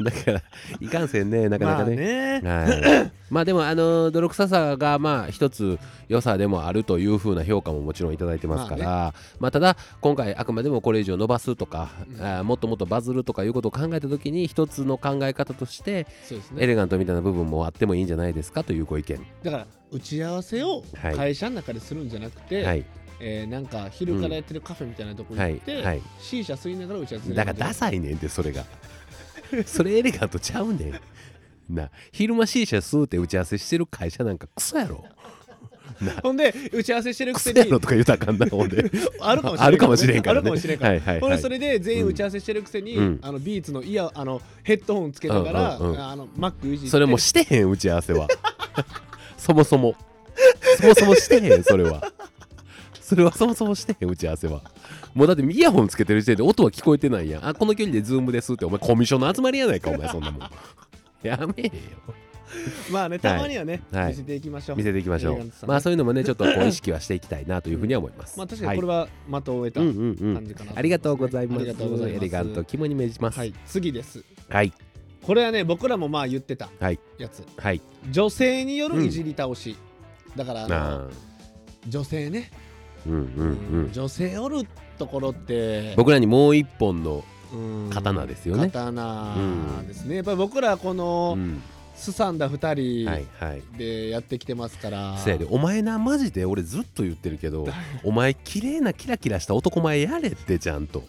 B: だからいかんせんねなかな
A: ま
B: か
A: あ
B: ね,、
A: ね
B: はい、まあでもあの泥臭さがまあ一つ良さでもあるというふうな評価ももちろんいただいてますから、まあただ今回あくまでもこれ以上伸ばすとか、
A: うん
B: あーもっともっとバズるとかいうことを考えた時に一つの考え方として
A: そうです
B: エ
A: ね
B: レガントみたいな部分もあってもいいんじゃないですかというご意見
A: だから打ち合わせを
B: はい
A: 会社の中でするんじゃなくて、
B: はい
A: えーなんか昼からやってるカフェみたいなとこに
B: は
A: 行っ
B: い
A: て、
B: はい
A: C 社吸いながら打ち合わせする
B: だからダサいねんってそれが それエレガントちゃうねんな昼間 C 社吸うて打ち合わせしてる会社なんかクソ やろ
A: ほんで打ち合わせしてるく
B: クソ
A: せ
B: や
A: に
B: ろとか言うたらあかんなほん で
A: あるかもしれん
B: あるかもしれんからね
A: あるかもしれんから
B: はいはいはい
A: ほんでそれで全員打ち合わせしてるくせに、
B: うん
A: あのビーツのイヤあのヘッドホンつけながら、
B: うんうんうん
A: あのマックいじって
B: それもしてへん打ち合わせは そもそもそもそもしてへんそれはそれはそもそもしてへん打ち合わせはもうだってイヤホンつけてる時点で音は聞こえてないやんあこの距離でズームですってお前コミッションの集まりやないかお前そんなもんやめ えよ
A: まあねたまにはね、
B: はい
A: 見せていきましょう
B: 見せていきましょ
A: エレ
B: う、
A: ガントさんね
B: まあそういうのもねちょっとこう意識はしていきたいなというふうには思います、
A: まあ確かにこれ
B: は
A: は的を得た
B: い、うんうんう
A: 感
B: ん
A: じかな、
B: ありがとうございま
A: あ
B: す
A: りがとうございます
B: エレガント肝に銘じます
A: はい次です
B: はい
A: これはね僕らもまあ言ってた
B: はい
A: やつ
B: はい
A: 女性によるいじり倒し、だからあの
B: あ
A: 女性ね、
B: ーうんうんうん
A: 女性おるところって
B: 僕らにもう一本の
A: うん
B: 刀ですよね
A: 刀ですね、やっぱり僕らこの
B: うん
A: すさんだ2
B: はい
A: 人
B: はい
A: でやってきてますから、
B: せやでお前なマジで俺ずっと言ってるけどお前綺麗なキラキラした男前やれってちゃんと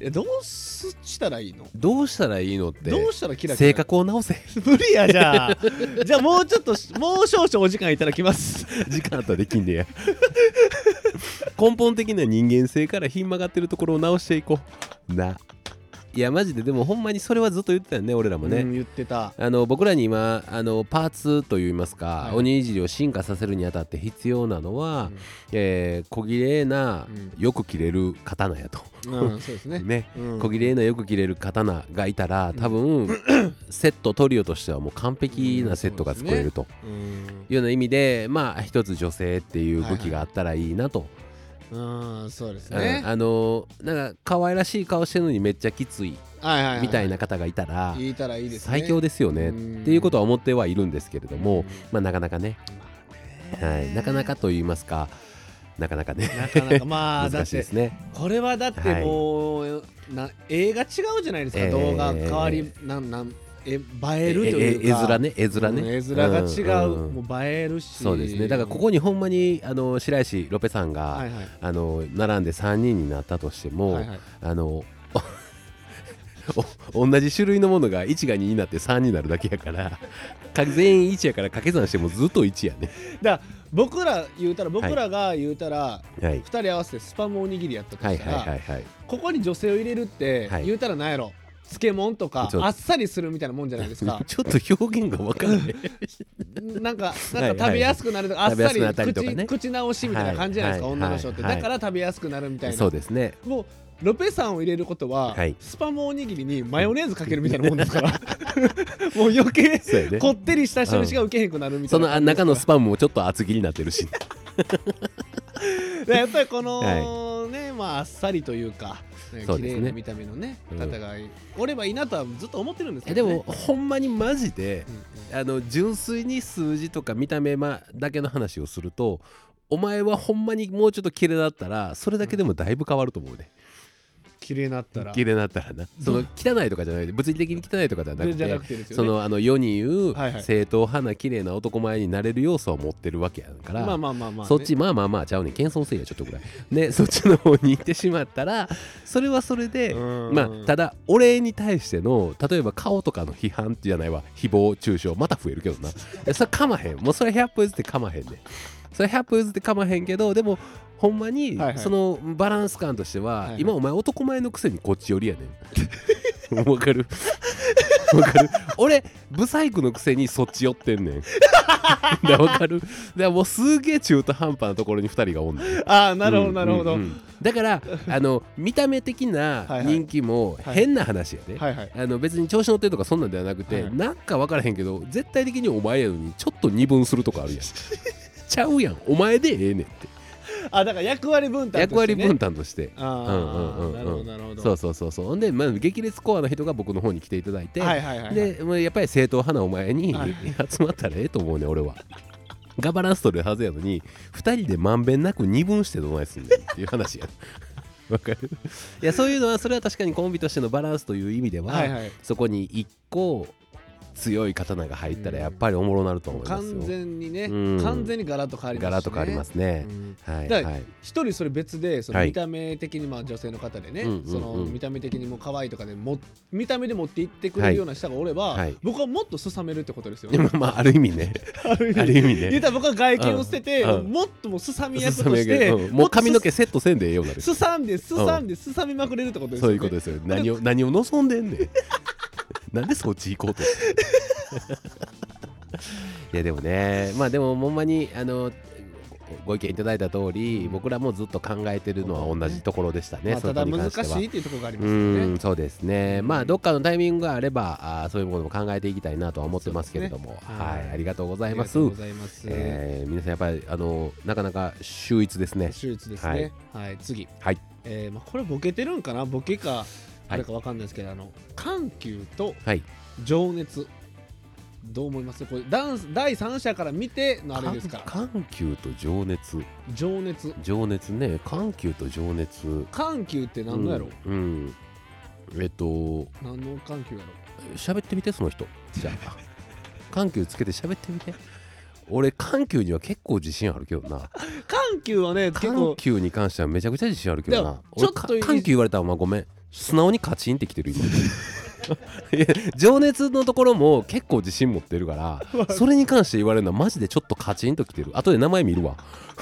A: えどうすしたらいいの
B: どうしたらいいのって
A: どうしたらキラキラ
B: 性格を直せ
A: 無理やじゃあじゃあもうちょっとしもう少々お時間いただきます
B: 時間あったらできんねや根本的な人間性からひん曲がってるところを直していこうないやマジででもほんまにそれはずっと言ってたよね俺らもね、
A: うん言ってた
B: あの僕らに今あのパーツといいますか、
A: はい
B: 鬼いじりを進化させるにあたって必要なのは、
A: うん
B: えー小綺麗な、
A: う
B: よく切れる刀やと、
A: うんそうですね、
B: ね
A: うん
B: 小綺麗なよく切れる刀がいたら 多分、セットトリオとしてはもう完璧なセットが作れると
A: うん
B: いうような意味でまあ一つ女性っていう武器があったらいいなと、
A: うんそうですね
B: うんあのなんか可愛らしい顔してるのにめっちゃきつい
A: はいはいは
B: みたいな方がいたら、
A: 言いたらいいですね
B: 最強
A: で
B: ですよね
A: うん
B: っていうことは思ってはいるんですけれども、まあ、なかなかね、
A: まあ
B: は
A: ね
B: い、なかなかと言いますかなかなかね
A: なかなかまあだ
B: 難
A: っ
B: しいで
A: て
B: すね。
A: これはだってもう、な映画違うじゃないですか、
B: ええ
A: 動画変わりなんなんえ映えるという
B: え
A: か
B: 絵面ね絵面
A: うん
B: ね、
A: 絵面が違う,、
B: んんん
A: もう映えるし
B: そうですねだからここにほんまにあの白石ロペさんが、
A: はいはい
B: あの並んで3人になったとしても、
A: はいはい
B: あのおお同じ種類のものが1が2になって3になるだけやからか全員1やから掛け算してもずっと1やね。
A: だから僕ら言うたら僕らが言うたら、
B: はい、
A: 2人合わせてスパムおにぎりやったと
B: はい
A: した
B: はい
A: ら、
B: はいはい
A: ここに女性を入れるって、
B: はい
A: 言うたらなんやろ漬物とか
B: ちょ
A: あっさりするみたいなもんじゃない ですか
B: ちょっと表現が 分からない。
A: なんか
B: は
A: なん
B: い
A: か食べやすくなるとか、
B: はい
A: あっさ
B: 食べやすくなった
A: り口
B: りとかね
A: 口直しみたいな感じじゃないですか、
B: はい
A: 女の人って、
B: はいはい
A: だから食べやすくなるみたいな
B: そうですね。
A: もうロペさんを入れることは、
B: はい
A: スパムおにぎりにマヨネーズかけるみたいなもんですからもう余計
B: そうやね
A: こってりした人にしか受けへんくなるみた
B: そ
A: いな
B: のあ
A: 感じです
B: 中のスパムもちょっと厚切りになってるし、
A: でやっぱりこの、ねまああっさりというか、ね、
B: そう
A: 綺
B: ですね
A: 麗な見た目のね
B: うん
A: 方がおればいいなとはずっと思ってるんです
B: え
A: け
B: で
A: ど、ね、
B: もほんまにマジで
A: うんうん、
B: あの純粋に数字とか見た目まだけの話をするとお前はほんまにもうちょっと綺麗だったらそれだけでもだいぶ変わると思うね、
A: 綺麗になったら
B: 綺麗だったらなその汚いとかじゃない物理的に汚いとかじゃなく
A: じゃ
B: て
A: なくてですよ
B: そ
A: ね
B: のあの世に言う
A: はいはい
B: 正統派な綺麗な男前になれる要素を持ってるわけやから、
A: まあまあまあまあ、ね、
B: そっちまあまあまあちゃうねん謙遜せいやちょっとぐらい ねそっちの方に行ってしまったらそれはそれで
A: うん
B: まあただ俺に対しての例えば顔とかの批判じゃないわ誹謗中傷また増えるけど ないやそれかまへんもうそれ100歩譲ってかまへんねんそれ100歩譲ってかまへんけどでもほんまに
A: はいはい
B: そのバランス感としては、
A: はいはい
B: 今お前男前のくせにこっち寄りやねん わかるわかる俺ブサイクのくせにそっち寄ってんねん だからわかるだからもうすげえ中途半端なところに2人がおんねん
A: あ あなるほどなるほど、
B: うんうんうんだからあの見た目的な
A: はいはい
B: 人気も
A: はい
B: 変な話やで、
A: はいはい
B: あの別に調子乗ってるとかそんなんではなくて、
A: はいはい
B: なんか分からへんけど絶対的にお前やのにちょっと二分するとかあるやんちゃうやんお前でええねんって
A: あだから役割分担として、ね、
B: 役割分担として
A: あ
B: うんうんうんうん
A: あなるほどなるほど
B: そうそうそうそうほんで、まあ、激烈コアな人が僕の方に来ていただいて、
A: はいはいはいはい
B: でもうやっぱり正統派なお前に
A: はい
B: 集まったらええと思うね俺は。ガバナンス取れるはずやのに2人でまんべんなく二分してどないすんねんっていう話や わかるいやそういうのはそれは確かにコンビとしてのバランスという意味では、
A: はいはい
B: そこに一個強い刀が入ったらやっぱりおもろなると思いますよ。
A: 完全にね、
B: うん
A: 完全にガラッと変わりますし、ね、、
B: ガラッと変わりますすね。はい
A: だ
B: は
A: から
B: い。
A: 一人それ別でその
B: はい
A: 見た目的にまあ女性の方でね、
B: うんうんうん
A: その見た目的にも可愛いとかでも見た目で持って行ってくれるような人がおれば、
B: はいはい
A: 僕はもっとすさめるってことですよ
B: で
A: ね。
B: もまあある意 味ね。
A: ある意
B: あ
A: 味
B: る意味
A: 言う
B: ね。
A: たら僕は外見を捨てて、
B: うんうん
A: もっともうすさみ役
B: す
A: と
B: さみ
A: し
B: 上げ
A: て、
B: うんもう髪の毛
A: もっ
B: セットせんでええようにな
A: と
B: る。
A: すすさんですさんですさみまくれるってことですよ
B: そう
A: ね。
B: いうことですよ。何を何を望んでんねん。なん でそっち行こうと。いやでもね、まあでもほんまにあのご意見いただいた通り、僕らもずっと考えてるのは同じところでしたね。
A: まあ、
B: そ
A: た
B: こ
A: だ
B: に
A: 難
B: 関しては
A: しいっていうところがありま
B: う
A: すよ
B: ん
A: ね。
B: そうですね、まあ、どっかのタイミングがあれば、あーそういうものも考えていきたいなとは思ってますけれども、
A: そうですね
B: は、
A: はいい
B: ありがとうござ
A: あ
B: い
A: り
B: ま
A: が
B: す
A: とう。ございます。
B: えー皆さん、やっぱりあのなかなか秀逸ですね。
A: 手術ですね。はい、次。
B: はい。
A: えーまあ、これボケてるんかなボケか
B: い
A: あれかわかんないですけど、あの緩急と
B: はい、
A: 情熱どう思いますこれダンス第三者から見てのあれですから
B: 緩緩急と情熱、
A: 情熱
B: 情熱ね、緩急と情熱。
A: 緩急って何のやろ、
B: うん、うんえっと、
A: 何の緩急やろ
B: 喋ってみて、その人。じゃ あ、緩急つけて喋ってみて。俺、緩急には結構自信あるけどな。
A: 緩急はね結
B: 緩
A: 構
B: 急に関してはめちゃくちゃ自信あるけど
A: で
B: な
A: も
B: 俺
A: ちょっ
B: か
A: といい
B: 緩急言われたらまあごめん素直にカチンってきてる今いや情熱のところも結構自信持ってる からそれに関して言われるのはマジでちょっとカチンときてる後で名前見るわ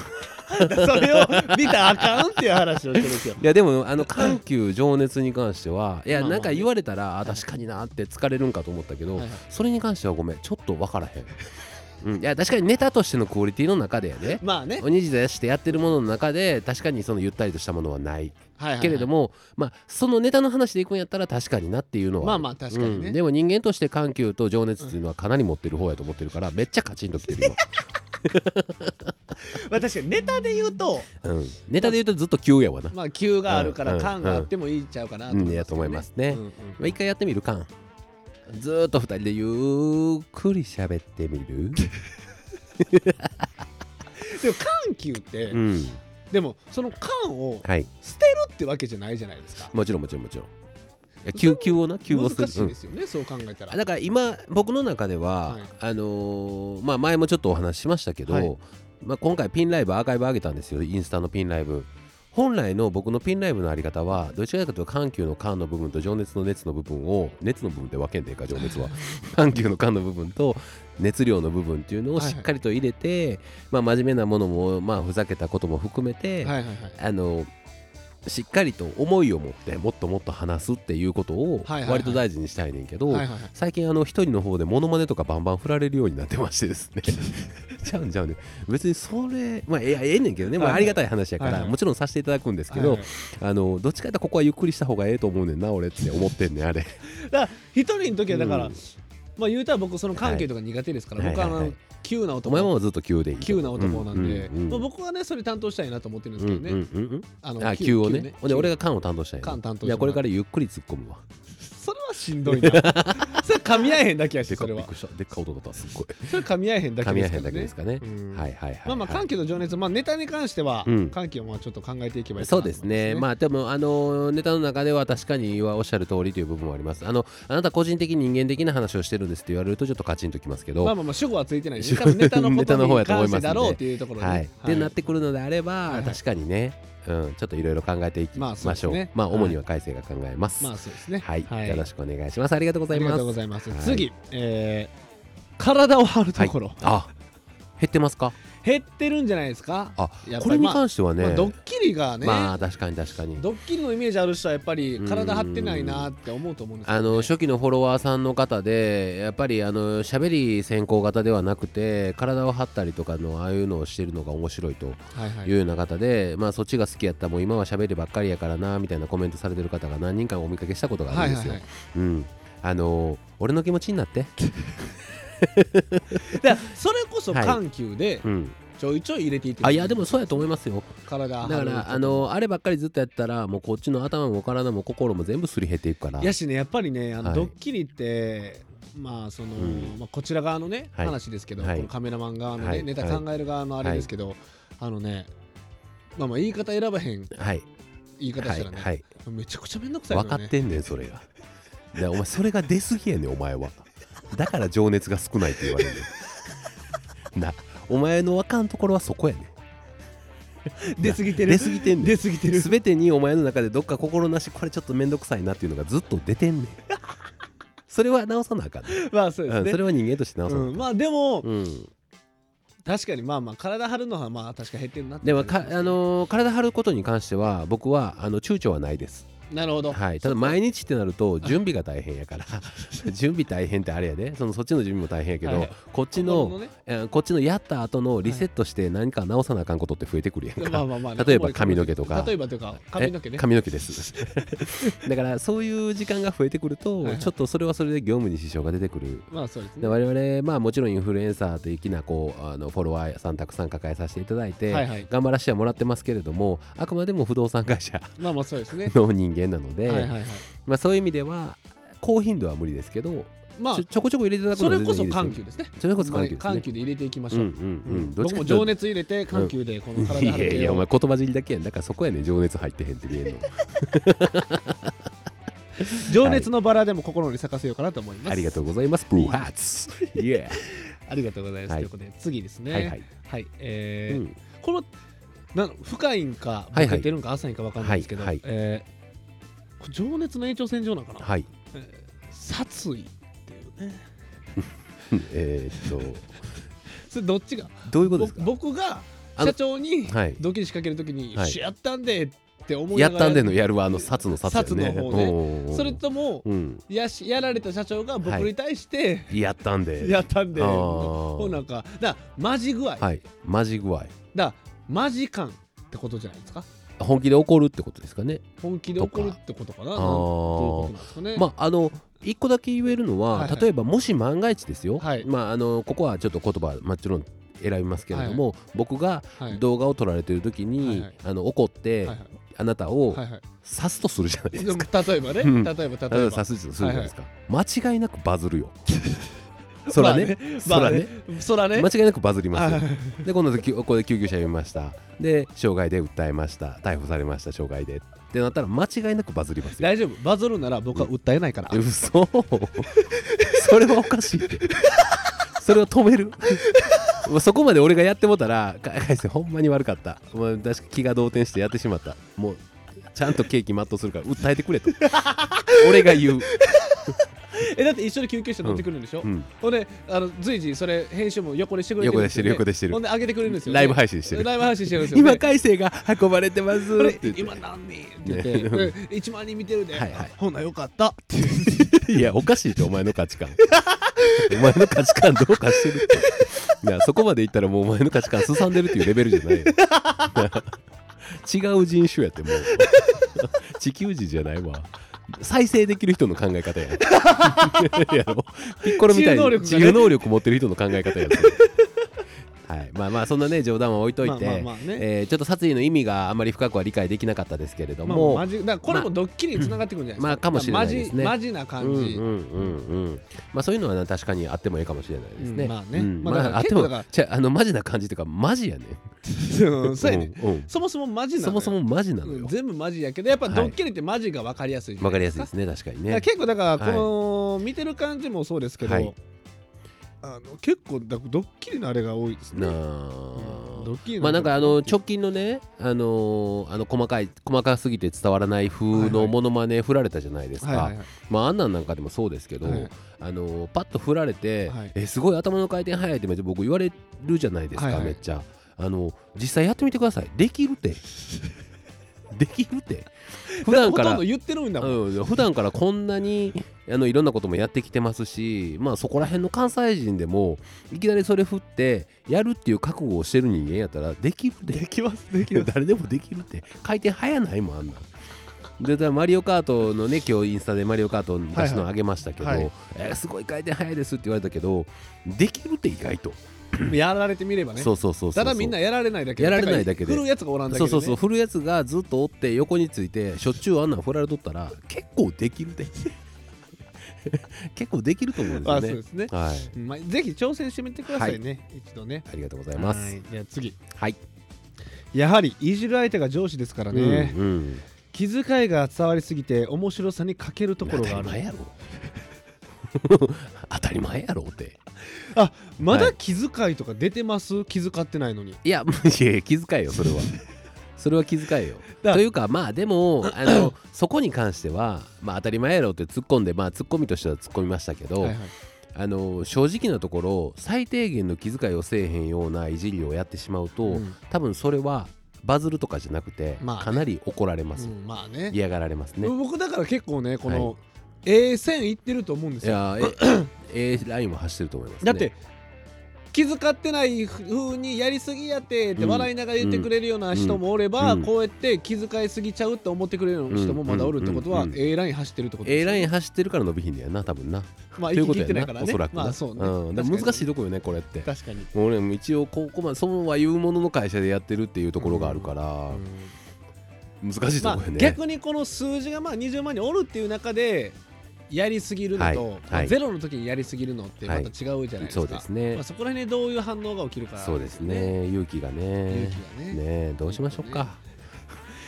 A: それを見たらあかんっていう話をしてるんです よ
B: いやでもあの緩急情熱に関してはいや
A: まあま
B: な
A: あ
B: んか言われたらあ確かになって疲れるんかと思ったけど
A: はいはい
B: それに関してはごめんちょっと分からへん うんいや確かにネタとしてのクオリティの中でやね
A: まあね、
B: おにじでしてやってるものの中で確かにそのゆったりとしたものはない
A: はいはいはい
B: けれども、まあ、そのネタの話でいくんやったら確かになっていうのは
A: まあまあ確かにね
B: うんでも人間として緩急と情熱っていうのはかなり持ってる方やと思ってるからめっちゃカチンときてるよ、
A: まあ、確かにネタで言うと
B: うん、ネタで言うとずっと急やわな、
A: まあ急があるか
B: うん
A: ら
B: うん
A: 感があってもいいちゃうかなと思
B: う
A: い
B: ん
A: ます,、
B: やと思いますね、
A: うんうん
B: まあ、一回やってみるかんずーっと二人でゆっくり喋ってみる、
A: でも緩急って、
B: うん、
A: でもその感を
B: はい
A: 捨てるってわけじゃないじゃないですか
B: もちろんもちろんもちろんいや急急をな急を
A: 難
B: する
A: しいですよね、そう考えたら
B: だから今僕の中では、
A: はい
B: あのーまあ前もちょっとお話ししましたけど、
A: はい
B: まあ、今回ピンライブアーカイブ上げたんですよインスタのピンライブ本来の僕のピンライブのあり方はどちらかというと緩急の間の部分と情熱の熱の部分を熱の部分で分けんでいいか情 熱は緩急の間の部分と熱量の部分っていうのをしっかりと入れて、まあ、真面目なものも、まあ、ふざけたことも含めて、
A: はいはいはい
B: あのしっかりと思いを持ってもっともっと話すっていうことを
A: はいはいはい
B: 割と大事にしたいねんけど、
A: はいはいはい
B: 最近あの一人の方でモノマネとかバンバン振られるようになってましてです ねちゃうんちゃうね別にそれまあいやええねんけどね、まあ、
A: はいはい
B: ありがたい話やから、
A: はいはい
B: もちろんさせていただくんですけ
A: は
B: ど、
A: いはい
B: あのどっちかというとここはゆっくりした方がええと思うねんな俺って思ってんねんあ れ
A: だから一人の時はだから、
B: うん
A: まあ言うたら僕その関係とか苦手ですから、
B: はい
A: 僕はあ
B: はいはい
A: の
B: は
A: 急な
B: お前
A: 男
B: もずっと急でいいと
A: 急な男なんで、
B: うんうんうん
A: まあ、僕はねそれ担当したいなと思ってるんです
B: うん
A: けど
B: うん
A: ね、
B: うん
A: あ
B: うん、あ
A: の
B: 急をねほんで俺
A: が
B: が缶を担当したんやな
A: 缶担当してもらう
B: いやこれからゆっくり突っ込むわ
A: それはしんど いなそれ噛み合えへんだけやし
B: でか
A: それ
B: びっ
A: は
B: くりしたでっか音だったすっごい
A: それ噛み合えへんだ
B: 噛
A: け
B: み
A: で
B: 合
A: す
B: え
A: か
B: へ
A: ら
B: んだけ
A: ね
B: ですかね
A: うん
B: はいはいはいはい
A: まあまあ歓喜と情熱、まあ、ネタに関しては
B: うん
A: 歓喜をまあちょっと考えていけばいいか
B: そ
A: なと思
B: う
A: い
B: ですね、ま
A: あ
B: あでも、あのネタの中では確かにはおっしゃる通りという部分もあります。あのあなた個人的人間的な話をしてるんですって言われるとちょっとカチンときますけど、
A: まあまあまあ主語はついてないんで
B: 主語
A: 多分ネタのこ
B: ネタの方
A: と
B: や
A: に
B: と思い
A: 関
B: ま
A: して
B: すんで
A: だろうっていうところでね、
B: はい、ってなってくるのであれば、
A: はいはい
B: 確かにね、うん、ちょっといろいろ考えていき
A: まあ
B: ま
A: そうで
B: し
A: す
B: ょう。まあ、
A: ねはい
B: 主には改正が考えます。
A: まあそうですね
B: はい、
A: はい
B: よろしくお願いします。ありがとうござ
A: あ
B: い
A: り
B: ま
A: が
B: す。
A: とうございます。
B: はい
A: 次、えー体を張るところ、
B: はい、あ、減ってますか？
A: 減ってるんじゃないですか。
B: あ
A: や、っ
B: こ
A: ぱ
B: れ
A: り
B: に
A: まあ、
B: 関してはね、
A: まあドッキリがね、
B: まあ確かに確かに。
A: ドッキリのイメージある人はやっぱり体張ってないなって思うと思うんですけ
B: あ
A: ど、ね。
B: の初期のフォロワーさんの方でやっぱりあの喋り先行型ではなくて体を張ったりとかのああいうのをしてるのが面白いと
A: はいはいいう
B: ような方で、まあそっちが好きやったもう今は喋りばっかりやからなみたいなコメントされてる方が何人かお見かけしたことがあ
A: はい
B: るんで
A: はい
B: すよ。
A: はい。
B: うん、あの俺 の気持ちになって、
A: だからそれこそ緩急で
B: うん、
A: ちょいちょい入れていって
B: あいやでもそうやと思いますよ
A: 体
B: だからあ
A: の
B: のあればっかりずっとやったらもうこっちの頭も体も心も全部すり減っていくから
A: やしねやっぱりねあの、
B: はい
A: ドッキリってまあその、
B: うん
A: まあ、こちら側のね、
B: はい
A: 話ですけど、
B: はい
A: このカメラマン側のね、
B: はい
A: ネタ考える側のあれですけど、あのねまあまあ言い方選ばへん
B: はい
A: 言い方
B: は
A: し
B: い
A: たらね、
B: はい
A: めちゃくちゃめんどくさいの
B: 分
A: よ
B: か
A: ね
B: ってんねんそれがだからお前それが出過ぎやねんお前はだから情熱が少ないって言われるねん なお前の分かんところはそこやねん
A: 出過ぎてる
B: 出過ぎてんねん
A: 出過ぎてる
B: 全てにお前の中でどっか心なしこれちょっと面倒くさいなっていうのがずっと出てんねんそれは直さなあかんね、
A: まあそう
B: う
A: です
B: ん、
A: ね
B: それは人間として直さなあ
A: うん、まあでも、
B: かんうん
A: 確かにまあまあ体張るのはまあ確か減ってるなって
B: でもか、あのー体張ることに関しては僕はあの躊躇はないです、
A: なるほど、
B: はい、ただ毎日ってなると準備が大変 やから準備大変ってあれやでそのそっちの準備も大変やけど、
A: はい
B: こっち
A: 心
B: の
A: ね
B: えーこっちのやった後のリセットして何か直さなあかんことって増えてくるやんか、
A: まあまあまあね
B: 例えば髪の毛とか
A: 例えばというか髪の毛
B: え
A: ね
B: 髪の毛です だからそういう時間が増えてくると、
A: はいはい
B: ちょっとそれはそれで業務に支障が出てくる
A: まあそうですね
B: で我々まあもちろんインフルエンサー的なこうあのフォロワーさんたくさん抱えさせていただいて、
A: はいはい
B: 頑張らせてはもらってますけれどもあくまでも不動産会社
A: まあまあそうですね
B: の人間なので、
A: はいはいはい
B: まあ、そういう意味では高頻度は無理ですけど、
A: まあ
B: ちょちょこちょこ入れていただく
A: そ
B: のは
A: れ
B: 全
A: こ
B: 然い
A: そ
B: い
A: 緩急で
B: ですよ
A: すね
B: それこそ緩急ですね
A: 緩急で入れていきまし
B: うん
A: ょ
B: う
A: う、
B: んうんどっ
A: 僕
B: ち
A: も
B: か
A: 情熱入れて緩急でこの
B: い
A: 体張
B: や
A: る
B: いやい
A: 系
B: やお
A: を
B: 前言葉尻だけやんだからそこやねん情熱入ってへんって 見えんの
A: 情熱のバラでも心に咲かせようかなと思います、
B: ありがとうございますブルーハーツイエ
A: ありがとうございます、
B: はい
A: ということで次です
B: ー
A: ね
B: はいはい、
A: はいえー
B: うん
A: このな深いんか
B: はいはい
A: ボケてるんか浅いんか分かんないんですけど、
B: はいはい
A: えーこれ情熱の延長線上なのかな、
B: はい
A: えー殺意っていうね
B: えーっと
A: それどっちが
B: どういうことですか
A: ぼ僕が
B: あの
A: 社長に
B: はい
A: ドッキリ仕掛けるときに「
B: はい
A: しやったんで」って思い
B: や
A: な
B: っ
A: がら
B: たんでのやるはあの札の札やね
A: 札の方ね
B: おー
A: それとも
B: うん
A: やしやられた社長が僕に対して
B: やった
A: 「
B: んで
A: やったんで」
B: あー
A: こうなんかだからマジ具合、
B: はいマジ具合
A: だからマジ感ってことじゃないですか
B: 本気で怒るってことですかね
A: 本気で怒るってことかな
B: あ
A: なんどういうこと
B: ー
A: なんですかね、
B: まああの一個だけ言えるのは、
A: はいはい
B: 例えばもし万が一ですよ、
A: はい
B: まああのここはちょっと言葉もちろん選びますけれども、僕が
A: はい
B: 動画を撮られてる時に、
A: はいはい
B: あの怒っ
A: は
B: て、
A: いはい
B: あなたを
A: はいはい
B: 刺すとするじゃないですか、
A: 例えばね、
B: うん
A: 例えば
B: あ
A: 例えば
B: なたを刺すとするじゃないですか、間違いなくバズ るよそ
A: ま
B: ら
A: あ
B: ね,、
A: まあ
B: そらね、
A: そらね
B: 間違いなくバズりますよ
A: はい
B: で今度きゅここで救急車呼びましたで傷害で訴えました逮捕されました傷害でってなったら間違いなくバズりますよ
A: 大丈夫バズるなら僕は訴えないから、
B: 嘘それはおかしいってそれを止めるもうそこまで俺がやってもたらか海星ほんまに悪かったお前確か気が動転してやってしまったもうちゃんとケーキ全うするから訴えてくれと俺が言う、
A: えだって一緒に救急車乗ってくるんでしょ、
B: うん、
A: ほんであの随時それ編集も横でしてくれて
B: 横
A: るん
B: で
A: で
B: し
A: す
B: て
A: よ、ね、
B: る横でしてる
A: ほんで上げてくれるんですよ、ね、
B: ライブ配信してる
A: ライブ配信してるんですよ、ね、
B: 今海星が運ばれてます
A: こ
B: って言
A: れ
B: って
A: 今何人って言ってで1万人見てるで、
B: はいはい
A: ほんならよかったって
B: いや、おかしいって、お前の価値観。 お前の価値観どうかしてるって。いや、そこまで言ったらもうお前の価値観すさんでるっていうレベルじゃないよ。 違う人種やって、もう。 地球人じゃないわ。再生できる人の考え方や。 やろピッコロみた
A: 自
B: い
A: 由能力が
B: に
A: ね
B: 自由能力持ってる人の考え方や。それはい、まあまあそんなね冗談は置いといて、
A: まあまあまあね
B: えーちょっと殺意の意味があんまり深くは理解できなかったですけれど
A: まあ
B: も、
A: マジだからこれもドッキリにつながってくるんじゃないですか、
B: まあかもしれないですね
A: マジマジな感じ、
B: うんうんうんうんまあそういうのはな確かにあってもいいかもしれないですね、
A: うんまあね
B: うん
A: ま
B: ま
A: あ
B: あ、
A: だから
B: あって
A: 結構
B: も
A: だから
B: じゃあのマジな感じというかマジやね
A: うんそうやね、
B: うんうん
A: そもそもマジなの
B: そ
A: よ
B: もそもマジなの
A: うん
B: よ
A: 全部マジやけどやっぱ
B: はい
A: ドッキリってマジが分かりやすいじゃ
B: わ
A: な
B: か
A: い
B: り
A: で
B: や
A: す
B: すいですね確かに
A: だから
B: ね
A: 結構だからこの、見てる感じもそうですけど、
B: はい
A: あの結構だドッキリのあれが多いですね。
B: なあ
A: うんドッキリの
B: まあなんかあの
A: ょ
B: 直近のねあのーあの細かい細かすぎて伝わらない風のモノマネ振られたじゃないです
A: はいはい
B: か
A: はい
B: まああんなんなんかでもそうですけど、
A: はい
B: あのーパッと振られて、
A: はい
B: えすごい頭の回転速いってめっちゃ僕言われるじゃないですか、
A: はいはい
B: めっちゃあの実際やってみてくださいできるって できる って普段
A: ほ
B: か
A: とん
B: ら
A: ど言ってるんだもん。
B: うん、普段からこんなにあのいろんなこともやってきてますし、まあ、そこら辺の関西人でもいきなりそれ振ってやるっていう覚悟をしてる人間やったらできるで
A: きますで
B: 誰でもできるって回転早ないもんあんなんでだからマリオカートのね今日インスタでマリオカートの出しのあげましたけど、
A: はいはい
B: えーすごい回転早いですって言われたけどできるって意外と
A: やられてみればね
B: そうそうそうそ
A: た
B: う
A: だみんなやられないだけ
B: やられないだけで
A: 振るやつがおらんだけ
B: そ
A: で、
B: う
A: ね、
B: そうそう振るやつがずっとおって横についてしょっちゅうあんなん振られとったら結構できる で結構できると思うんです
A: あ
B: よ
A: そうで
B: ね
A: すね、
B: はい
A: まあ、ぜひ挑戦してみてくださいね、一度ね
B: ありがとうございます
A: はいじゃあ次
B: はい、
A: やはりいじる相手が上司ですからね、
B: うんうん
A: 気遣いが伝わりすぎて面白さに欠けるところがあ
B: 当た
A: る
B: り前やろ 当たり前やろって
A: あま
B: は
A: だ
B: い
A: 気遣いとか出てます気遣ってないのに
B: いやいやいや気遣いよそれ はそれは気遣いよ
A: だ
B: というかまあでもあのそこに関しては、まあ、当たり前やろって突っ込んでまあ突っ込みとしては突っ込みましたけど、
A: はいはい
B: あの正直なところ最低限の気遣いをせえへんようないじりをやってしまうと、
A: うん
B: 多分それはバズるとかじゃなくて、
A: まあね
B: かなり怒られます、
A: うんまあね
B: 嫌がられますね、
A: 僕だから結構ねこの、
B: は
A: ええ線いってると思うんで
B: い
A: すよ
B: やえ A ラインも走ってると思います、ね、
A: だって気遣ってない風にやりすぎやってって
B: うん
A: 笑いながら言ってくれるような人もおれば、
B: うん
A: こうやって気遣いすぎちゃうって思ってくれるような人もまだおるってことは、
B: うんうんうん
A: A ライン走ってるってことです
B: A
A: よ
B: ライン走ってるから伸びひんねやな多分な
A: まあ
B: という
A: 息
B: こと
A: 切っ
B: や
A: てな
B: ない
A: から
B: お
A: ね
B: そらくな、
A: まあそうね、
B: うん、だから難しいとこよねこれって
A: 確かに
B: 俺も一応ここまでそのは言うものの会社でやってるっていうところがあるから、
A: うん
B: 難しいと
A: ま
B: こ
A: あ
B: よね、、
A: 逆にこの数字がまあ20万人おるっていう中でやりすぎるのと、
B: はい
A: まあ
B: はい
A: ゼロの時にやりすぎるのってまた違うじゃないですか、
B: そうですね、
A: まあ、そこら辺でどういう反応が起きるか、
B: そうですね勇気が
A: 勇
B: ね
A: 気がね
B: ねえどうしましょうか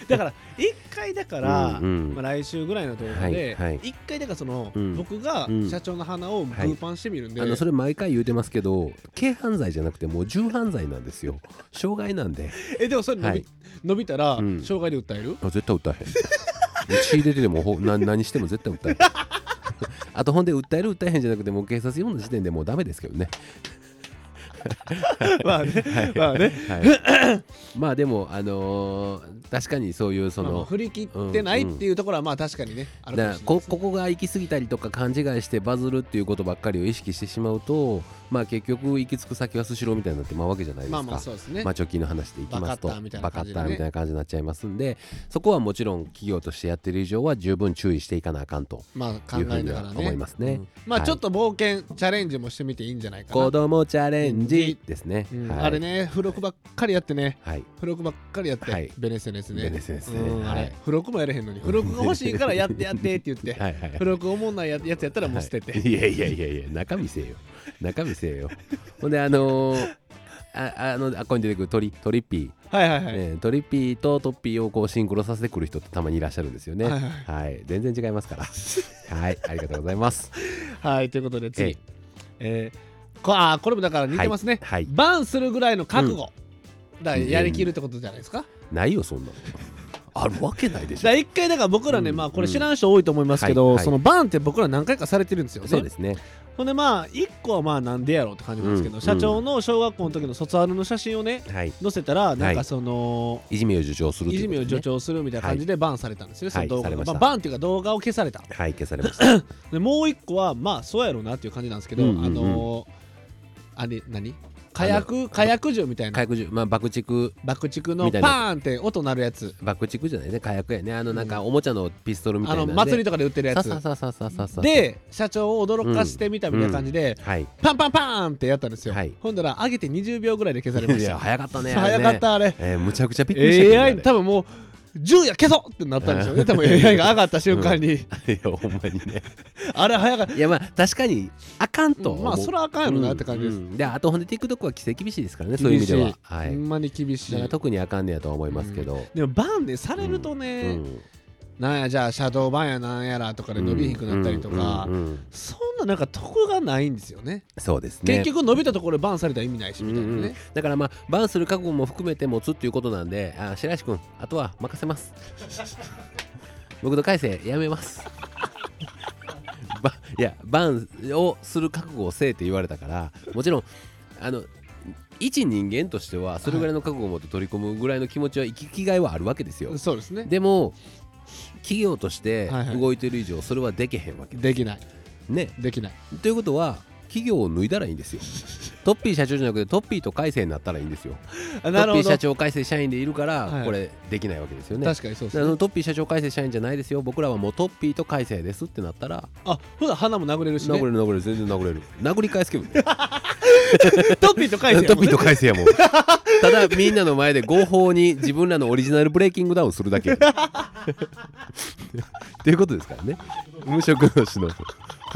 A: だから一回だから、
B: うんうん
A: まあ、来週ぐらいの動画で一、
B: はいはい
A: 回だからその、
B: うん
A: 僕が
B: うん
A: 社長の鼻をグーパンしてみるんで、
B: あのそれ毎回言うてますけど軽犯罪じゃなくてもう重犯罪なんですよ障害なんで
A: えでもそれ伸び,、
B: はい
A: 伸びたら、
B: うん
A: 障害で訴え る
B: あ絶対訴えへん血出てでもほな何しても絶対訴 えへんあとほんで訴える訴えへんじゃなくてもう警察呼んだ時点でもうダメですけどね
A: まあね、まあね、
B: はい、まあでもあのー確かにそういうそ
A: まあまあ
B: の
A: 振り切ってないっていうところはまあ確かにね、あるかも
B: だ
A: しれないですね
B: こここが行き過ぎたりとか勘違いしてバズるっていうことばっかりを意識してしまうとまあ結局行き着く先はスシローみたいになってまうわけじゃないです
A: まあ
B: か。
A: まあそうですね、
B: まあ、貯金の話でいきますと
A: バカッターみたいな感じでね
B: バカッターみたいな感じになっちゃいますんでそこはもちろん企業としてやってる以上は十分注意していかなあかんと
A: まあ考えながら
B: いうふう
A: ね
B: には思いますね
A: うんまあ
B: はい
A: ちょっと冒険チャレンジもしてみていいんじゃないかな
B: 子、供チャレンジですね、
A: うん
B: はい、
A: あれね付録ばっかりやってね
B: はい
A: 付録ばっかりやって、
B: はい
A: ベネッセのやつね
B: ベネッセのやつね
A: うんあれ
B: はい
A: 付録もやれへんのに付録が欲しいからやってやってって言って、
B: はいはい
A: 付録おもんないややつやったらもう捨てて、
B: はいいやいやいやいや中身せえよ中身せえよほんであのーああのあここに出てくるトリトリッピ
A: はい、はいは
B: ー、
A: いはい、
B: ねトリッピーとトッピーをこうシンクロさせてくる人ってたまにいらっしゃるんですよね
A: はい
B: はい、全然違いますからはいありがとうございます
A: はいということで
B: え
A: 次えーこあーこれもだから似てますね、
B: はいはい
A: バンするぐらいの覚悟、だから
B: うん
A: やりきるってことじゃないですか、
B: ないよそ んなのあるわけないで
A: だ
B: し
A: か
B: ょ
A: ら一回だから僕らね、
B: うん
A: まあこれ知らん人多いと思いますけど、
B: はいはい
A: そのバンって僕ら何回かされてるんですよね
B: そうですね
A: ほんでまあ一個はまあなんでやろうって感じなんですけど、
B: うん
A: 社長の小学校の時の卒アルの写真をね
B: はい
A: 載せたらなん
B: は
A: か
B: い
A: その、
B: いじめを助長する
A: い、じめを助
B: 長
A: 長するみたいな感じでバンされたんですよね、
B: はい
A: その動画が、
B: はいさ
A: まあ、
B: れました
A: バンっていうか動画を消された
B: はい消されました
A: でもう一個はまあそうやろうなっていう感じなんですけど、
B: うんうんうん
A: あのーあれ何火薬火薬銃みたい
B: 火
A: な
B: 薬銃まあ爆竹
A: 爆竹の
B: み
A: パ
B: たいな
A: ーンって音鳴るやつ
B: 爆竹じゃないね火薬やねあのなんかおもちゃのピストルみた
A: あ
B: いな
A: の
B: んで
A: 祭りとかで売ってるやつ
B: ささささささ
A: で社長を驚かしてみたみたいな感じで、
B: はい
A: パンパンパーンってやったんですよ、
B: はい
A: ほんだら上げて20秒ぐらいで消されま
B: い
A: し
B: や
A: た
B: 早かったねあれ
A: 早
B: ね
A: かったあれ
B: えーむちゃくちゃびっくりしたけどね
A: AI 多分もう銃や消そうってなったんでし ょうね多分 AI が上がった瞬間に
B: あ れいやほんまにね
A: あれ早かった
B: いやまあ確かにあかんと思う
A: まあそれはあかんやろなって感じです
B: うんうんであとほんで TikTok は規制厳しいですからねそういう意味で
A: 厳
B: は
A: し
B: は
A: ほ
B: い
A: んまに厳し
B: だから
A: い
B: 特にあかんねやとは思いますけど
A: でもバンでされると
B: う
A: ね、
B: ん
A: なんやじゃあシャドーバンやなんやらとかで伸びひくなったりとか、
B: うんうんうん
A: そんななんか得がないんですよね
B: そうですね
A: 結局伸びたところでバンされたら意味ないしみたいなね、
B: うんうんだからまあバンする覚悟も含めて持つっていうことなんであ白石君あとは任せます 僕の改正やめます ばいやバンをする覚悟をせえって言われたからもちろんあの一人間としてはそれぐらいの覚悟を持って取り込むぐらいの気持ちは生き生きがいはあるわけですよ、
A: そうですね
B: でも企業として
A: はいはい
B: 動いてる以上それはできへんわけで
A: できない
B: ね
A: できない
B: ということは企業を脱いだらいい んですよトッピー社長じゃなくてトッピーと改正になったらいいんですよ
A: あ
B: ト
A: なる
B: ッ
A: ほ
B: ピー
A: ど
B: 社長改正社員でいるから、
A: はい
B: これできないわけですよね
A: 確かにそうです
B: だからそのトッピー社長改正社員じゃないですよ僕らはもうトッピーと改正ですってなったら
A: あほら花も殴れるし、
B: 殴
A: ね
B: れ、る殴れる全然殴れる殴り返すけどね
A: トッピーと返せ
B: トッピーと改正やもん ただみんなの前で合法に自分らのオリジナルブレイキングダウンするだけっていうことですからね無職の死のフ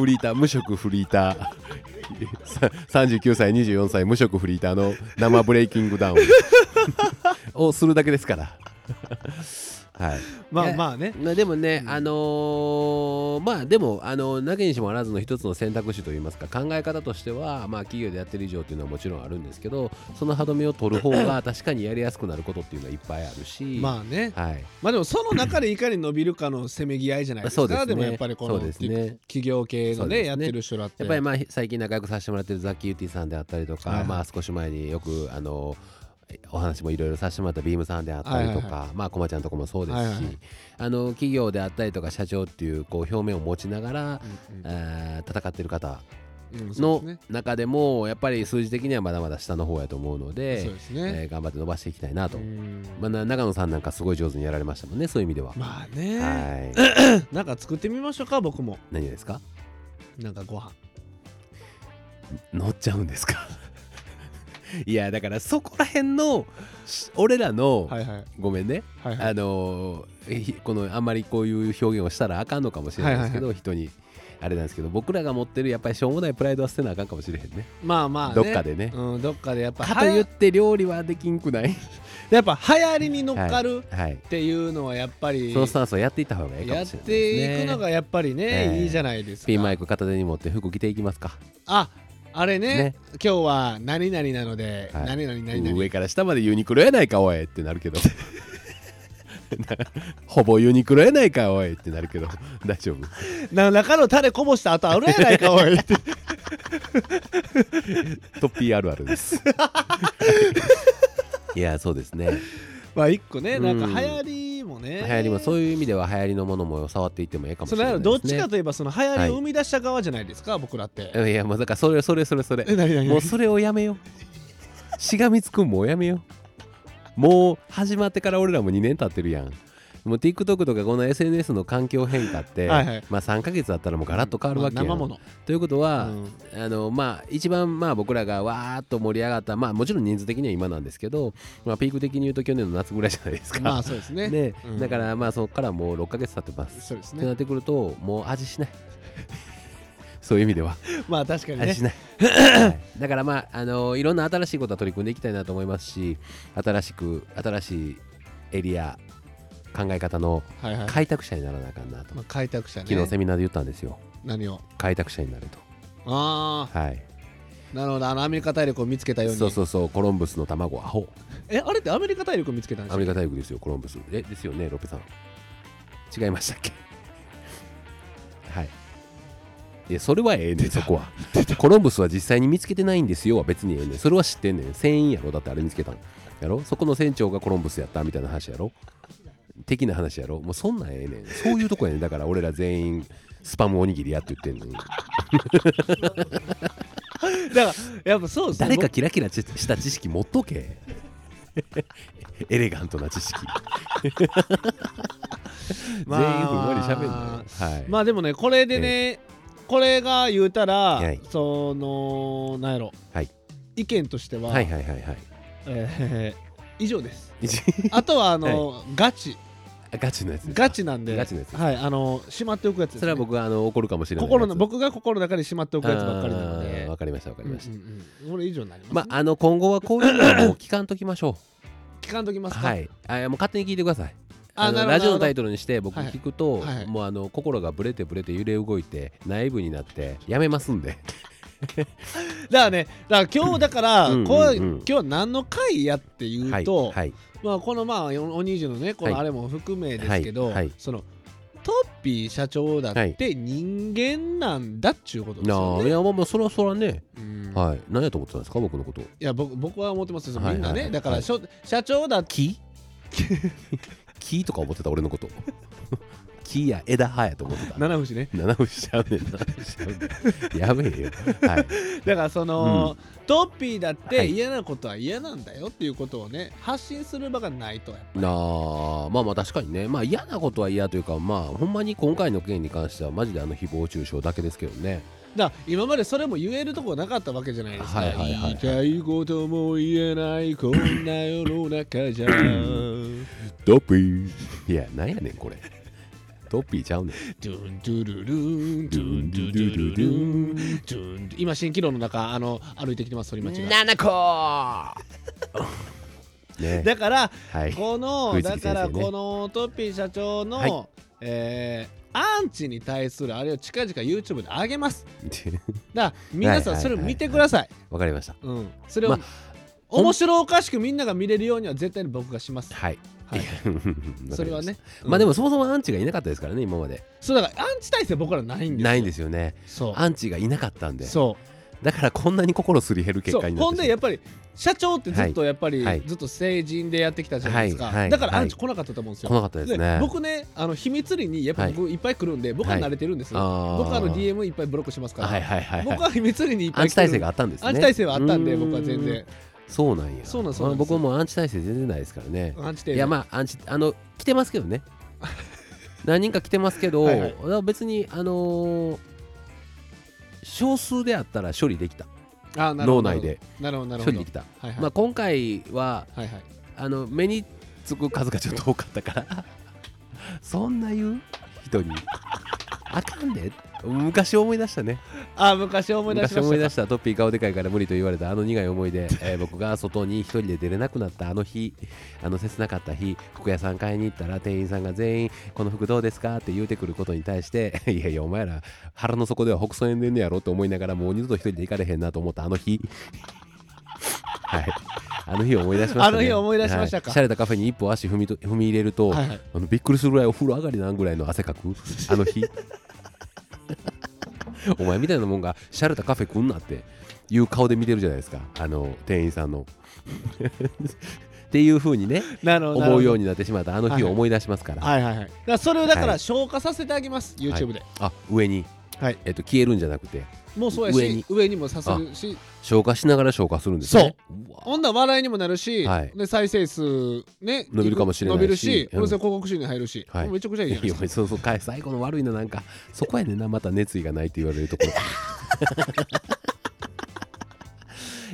B: リーター無職フリーターさ39歳24歳無職フリーターの生ブレイキングダウンをするだけですからはい
A: まあまあね
B: まあ、でもね、
A: うん
B: あのーまあでも、あのーなきにしもあらずの一つの選択肢といいますか考え方としては、まあ、企業でやってる以上っていうのはもちろんあるんですけどその歯止めを取る方が確かにやりやすくなることっていうのはいっぱいあるし、
A: まあね
B: はい、
A: まあでもその中でいかに伸びるかのせめぎ合いじゃないですか
B: そうですね
A: もやっぱりこ
B: そ
A: の
B: うですね
A: 企業系の
B: そう
A: ね
B: ですね
A: やってる人だって
B: やっぱりまあ最近仲良くさせてもらってるザッキー・ユーティさんであったりとか、
A: はいはい
B: まあ、少し前によく、あのお話もいろいろさせてもらったビームさんであったりとか、
A: はい
B: まあこまちゃんとこもそうですし、
A: はいはい
B: あの企業であったりとか社長っていうこう表面を持ちながら、
A: うんうん
B: えー戦ってる方
A: うんそう
B: の
A: ですね
B: 中でもやっぱり数字的にはまだまだ下の方やと思うの
A: そ
B: で
A: う、です
B: え
A: ね
B: ー頑張って伸ばしていきたいなと、
A: うん
B: まあ、な長野さんなんかすごい上手にやられましたもんねそういう意味では、
A: まあね
B: は い
A: なんか作ってみましょうか僕も
B: 何がですか
A: なんかご飯
B: 乗っちゃうんですか いやだからそこら辺のし俺らの、
A: はいはい
B: ごめんね
A: はいは
B: あ
A: い
B: のーひこのあんまりこういう表現をしたらあかんのかもしれないですけど、人にあれなんですけど僕らが持ってるやっぱりしょうもないプライドは捨てなあかんかもしれへんね
A: まあまあね
B: どっかでね、
A: うんどっかでやっぱ
B: かといっ
A: は
B: て料理はできんくない
A: ややっぱ流行りに乗っかる
B: はい
A: っていうのはやっぱり
B: そのスタンスをやっていった方がいいか
A: や
B: も
A: っ
B: しれないですね。
A: ていくのがやっぱりね
B: ええ
A: いいじゃないですか
B: ピンマイク片手に持って服着ていきますか。
A: ああれね
B: ね
A: 今日は何々なので、
B: はい
A: 何々何々
B: 上から下までユニクロやないかおいってなるけど。 ほぼユニクロやないかおいってなるけど 大丈夫
A: な中のタレこぼした後あるやないかおいって
B: トッピーあるあるです いやそうですね
A: まあ一個ねなんか
B: うん
A: 流行りもね
B: 流行りもそう
A: いう
B: いう意味では流行りのものも触っていってもいいかもし
A: そ
B: れ
A: れ
B: ない
A: な
B: です、
A: の
B: ね、
A: どっちかといえばその流行りを生み出した側じゃないですか、僕らって
B: いやもうだからそれそれそれそれ
A: え何々
B: もうそれをやめよう。しがみつくんもうやめよう。もう始まってから俺らも2年経ってるやん。もう TikTok とかこの SNS の環境変化って、
A: はいはい
B: まあ3ヶ月だったらもうガラッと変わるわけやん。
A: まあ生もの、
B: ということ
A: う
B: は、
A: ん、
B: あのまあ一番まあ僕らがわーっと盛り上がったまあもちろん人数的には今なんですけど、まあ、ピーク的に言うと去年の夏ぐらいじゃないですか。
A: まあそうですね
B: ね
A: うん
B: だからまあそこからもう6ヶ月経ってます。
A: そうです
B: ってな
A: ね
B: ってくるともう味しない。 そういう意味では。
A: まあ確かに
B: あれ
A: ね
B: しないはいだからまあ、あのいろんな新しいことは取り組んでいきたいなと思いますし新しく新しいエリア考え方の
A: はいはい、
B: 開拓者にならなあかんなと、
A: まあ、開拓者ね
B: 昨日セミナーで言ったんですよ
A: 何を
B: 開拓者になると
A: あ
B: は
A: あ
B: い
A: なるほどあのアメリカ大陸を見つけたように
B: そうそうそうコロンブスの卵アホ
A: えあれってアメリカ大陸を見つけたんで
B: ア
A: す
B: メ
A: か
B: リカ大陸ですよコロンブスえですよねロペさん違いましたっけ はいいやそれはええねんそこはコロンブスは実際に見つけてないんですよは別にええねんそれは知ってんねん船員やろだってあれ見つけたんやろそこの船長がコロンブスやったみたいな話やろ的な話やろもうそんなんええねんそういうとこやねんだから俺ら全員スパムおにぎりやって言ってんのに
A: だからやっぱそうですね
B: 誰かキラキラちした知識持っとけエレガントな知識全 員ふん
A: まあ
B: わり喋んなよはい、
A: まあでもねこれでね、これが言うたら、
B: はい
A: そのなんやろ、
B: はい
A: 意見としては、
B: はいはいはいはい
A: えー以上です
B: 一
A: あとはあの、ガチ
B: ガチのやつですか
A: ガチなんで
B: ガチのやつ
A: はいあのしまっておくやつですね、
B: それは僕はあの怒るかもしれないやつ
A: 心の僕が心の中にしまっておくやつばっかりなの
B: あー
A: で
B: わかりましたわかりました、
A: うんうんうんこれ以上になります、
B: まああの今後はこういうのはもう聞かんときましょ
A: 聞かんときま
B: う
A: すか、
B: はいあいやもう勝手に聞いてください
A: あ
B: あ
A: なるほ
B: の
A: ど
B: ラジオのタイトルにして僕
A: はい
B: 聞くと、
A: はい
B: もうあの心がブレてブレて揺れ動いて内部になってやめますんで
A: だからねだから 今日だから
B: うん
A: こう
B: うんうん
A: 今日は何の回やっていうと、
B: はいはい
A: まあ、このまあよお兄じのねこの
B: はい
A: あれも含めですけど、
B: はいはい
A: そのトッピー社長だって人間なんだっちゅうことです
B: な
A: よ
B: あ
A: ね。
B: いやまあまあそらそらね、
A: うんい
B: はい何やと思ってたんですか僕のこと
A: や僕僕は思ってますよ、その
B: はい
A: みんなね、
B: はい
A: だから
B: はい
A: しょ、社長だって
B: 木木とか思ってた俺のこと 木や枝葉やと思ってた
A: 七節ね
B: 七節しちゃうねん七節しちゃうねんやべえよはい
A: だからその、トッピーだっ
B: は
A: て
B: い
A: 嫌なことは嫌なんだよっていうことをね発信する場がないとやっぱり
B: なあまあまあ確かにねまあ嫌なことは嫌というかまあほんまに今回の件に関してはマジであの誹謗中傷だけですけどね
A: だから今までそれも言えるとこなかったわけじゃないですか、
B: はいはいはいはい
A: 言いたいことも言えないこんな世の中じゃ
B: トッピーいやなんやねんこれトッピーちゃうねん
A: ドゥンドゥルルンドゥンドゥルルルンドゥンドゥ今蜃気楼の中あの歩いてきてます反町が
B: ね
A: だから
B: はい
A: この、
B: 食いつ
A: だ
B: き先生
A: か
B: ね
A: らこのトッピー社長の、
B: はい
A: えーアンチに対するあれを近々 YouTube で上げます
B: わ
A: だから皆さん
B: はいは
A: それ
B: いはいはい
A: を見てください、
B: かりました
A: うん、それを、
B: まほん
A: 面白おかしくみんなが見れるようには絶対に僕がします、
B: はい
A: はい
B: いや うんわかりました
A: それはね、うん
B: まあでもそもそもアンチがいなかったですからね今まで
A: そうだからアンチ体制僕らないんですよ
B: ないんですよね
A: そ
B: アンチがいなかったん
A: う
B: で
A: そ
B: だからこんなに心すり減る
A: う
B: 結
A: そ
B: 果
A: う
B: にな
A: ほ
B: っ
A: ん
B: て
A: で
B: しま
A: やっぱり社長ってずっとやっぱり、
B: はいはい
A: ずっと成人でやってきたじゃないですか、
B: はいはい
A: だから
B: はい
A: アンチ来なかったと思うんですよ、
B: う来なかったですね
A: で僕ねあの秘密裏にやっぱ僕いっぱい来るんで、僕は慣れてるんですよ、
B: あー
A: 僕はあの DM いっぱいブロックしますから、
B: はいはいはいはい
A: 僕は秘密裏にいっぱ
B: ア
A: い来
B: ンチ
A: てる
B: 体制があったんですね
A: アンチ体制はあったんで
B: うー
A: 僕は全然
B: そうなんや
A: そうなんそうなんですよ
B: まあ僕はもうアンチ体制全然ないですからね
A: アンチ体制
B: いやまあアンチあの来てますけ どね何人か来てますけど
A: はいはい
B: だから別にあのー少数であったら処理できた
A: あーなるほど
B: 脳内で
A: なるほどなる
B: 処
A: ほ
B: 理
A: ど
B: できた、
A: はいはい、
B: まあ、今回は
A: はいはい
B: あの目につく数がちょっと多かったからそんな言う人にあかんで昔思い出したね
A: あー昔思い出し
B: 昔
A: ま
B: 思
A: し
B: い出
A: た
B: したトッピー顔でかいから無理と言われたあの苦い思い出、えー僕が外に一人で出れなくなったあの日あの切なかった日服屋さん買いに行ったら店員さんが全員「この服どうですか?」って言うてくることに対して 「いやいやお前ら腹の底では北総園でんねやろ」って思いながらもう二度と一人で行かれへんなと思ったあの日 はいあの日を思い出しました、ね、
A: あの日を思い出しましたか
B: はい洒落たカフェに一歩足踏みと踏み入れると、
A: はいはい
B: あのびっくりするぐらいお風呂上がりなんぐらいの汗 かくあの日 お前みたいなもんがシャレたカフェ来んなっていう顔で見てるじゃないですかあの店員さんの っていう風にね
A: なるほどなるほど
B: 思うようになってしまったあの日を思い出しますから、
A: はいはいはいだからそれをだから
B: はい
A: 消化させてあげます、YouTube で
B: あ上に、
A: はい
B: えっと、消えるんじゃなくて
A: もうそうやし上
B: 上
A: に
B: に
A: もさせるし
B: 消化しながら消化するんですねうわ
A: ほんなら笑いにもなるし、
B: はい
A: で再生数ね
B: 伸びるかもしれない
A: 伸
B: し
A: びるし、
B: うん
A: 俺それ広告収入入るし、
B: はい
A: めちゃくちゃいい
B: い
A: じゃな
B: や
A: い
B: い
A: で
B: や
A: すか
B: そうそうかい最後の悪いななんかそこやねんなまた熱意がないって言われるとこ ろ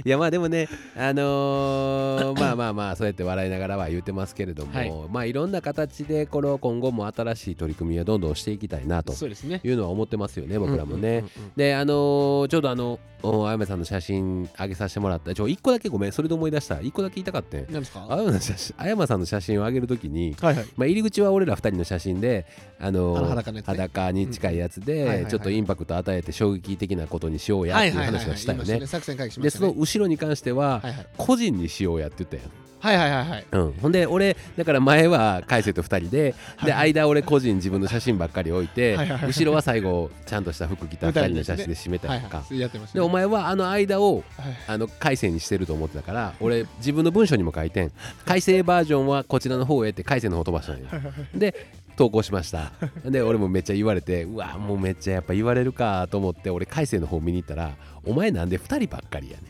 B: いやまあでもね あのーまあまあまあそうやって笑いながらは言ってますけれども、
A: はい
B: まあいろんな形でこれを今後も新しい取り組みをどんどんしていきたいなと
A: そうですね
B: いうのは思ってますよね僕らもね、
A: うんうんうんうん
B: であのーちょうどあのおあやめさんの写真上げさせてもらったちょ1個だけごめんそれで思い出した1個だけ言いたかったん
A: 何ですか
B: あやまの写真あやまさんの写真を上げるときに
A: はいはい
B: まあ、入り口は俺ら二人の写真で、あの
A: あの裸のやつね
B: 裸に近いやつで、
A: うんはいはいはい
B: ちょっとインパクト与えて衝撃的なことにしようやっ
A: は
B: てい
A: いうはいはい
B: 話はしたよね。
A: 言いま作戦会議しま
B: で
A: し
B: そ
A: た
B: の
A: ね
B: 後ろに関しては、
A: はいはい
B: 個人にしようやって言った
A: はいはいはいはい
B: やん、うん、ほんで俺だから前は海星と二人で、
A: はい
B: で間俺個人自分の写真ばっかり置いて、
A: はいはいはい
B: 後ろは最後ちゃんとした服着た二人の写真で締めた
A: は
B: り
A: い
B: とか、
A: はいやってました
B: で
A: ね
B: お前はあの間を
A: はい
B: あの改正にしてると思ってたから俺自分の文章にも書いてん改正バージョンはこちらの方へって改正の方飛ばしたんよで投稿しましたで俺もめっちゃ言われてうわもうめっちゃやっぱ言われるかと思って俺改正の方見に行ったらお前なんで2人ばっかりやね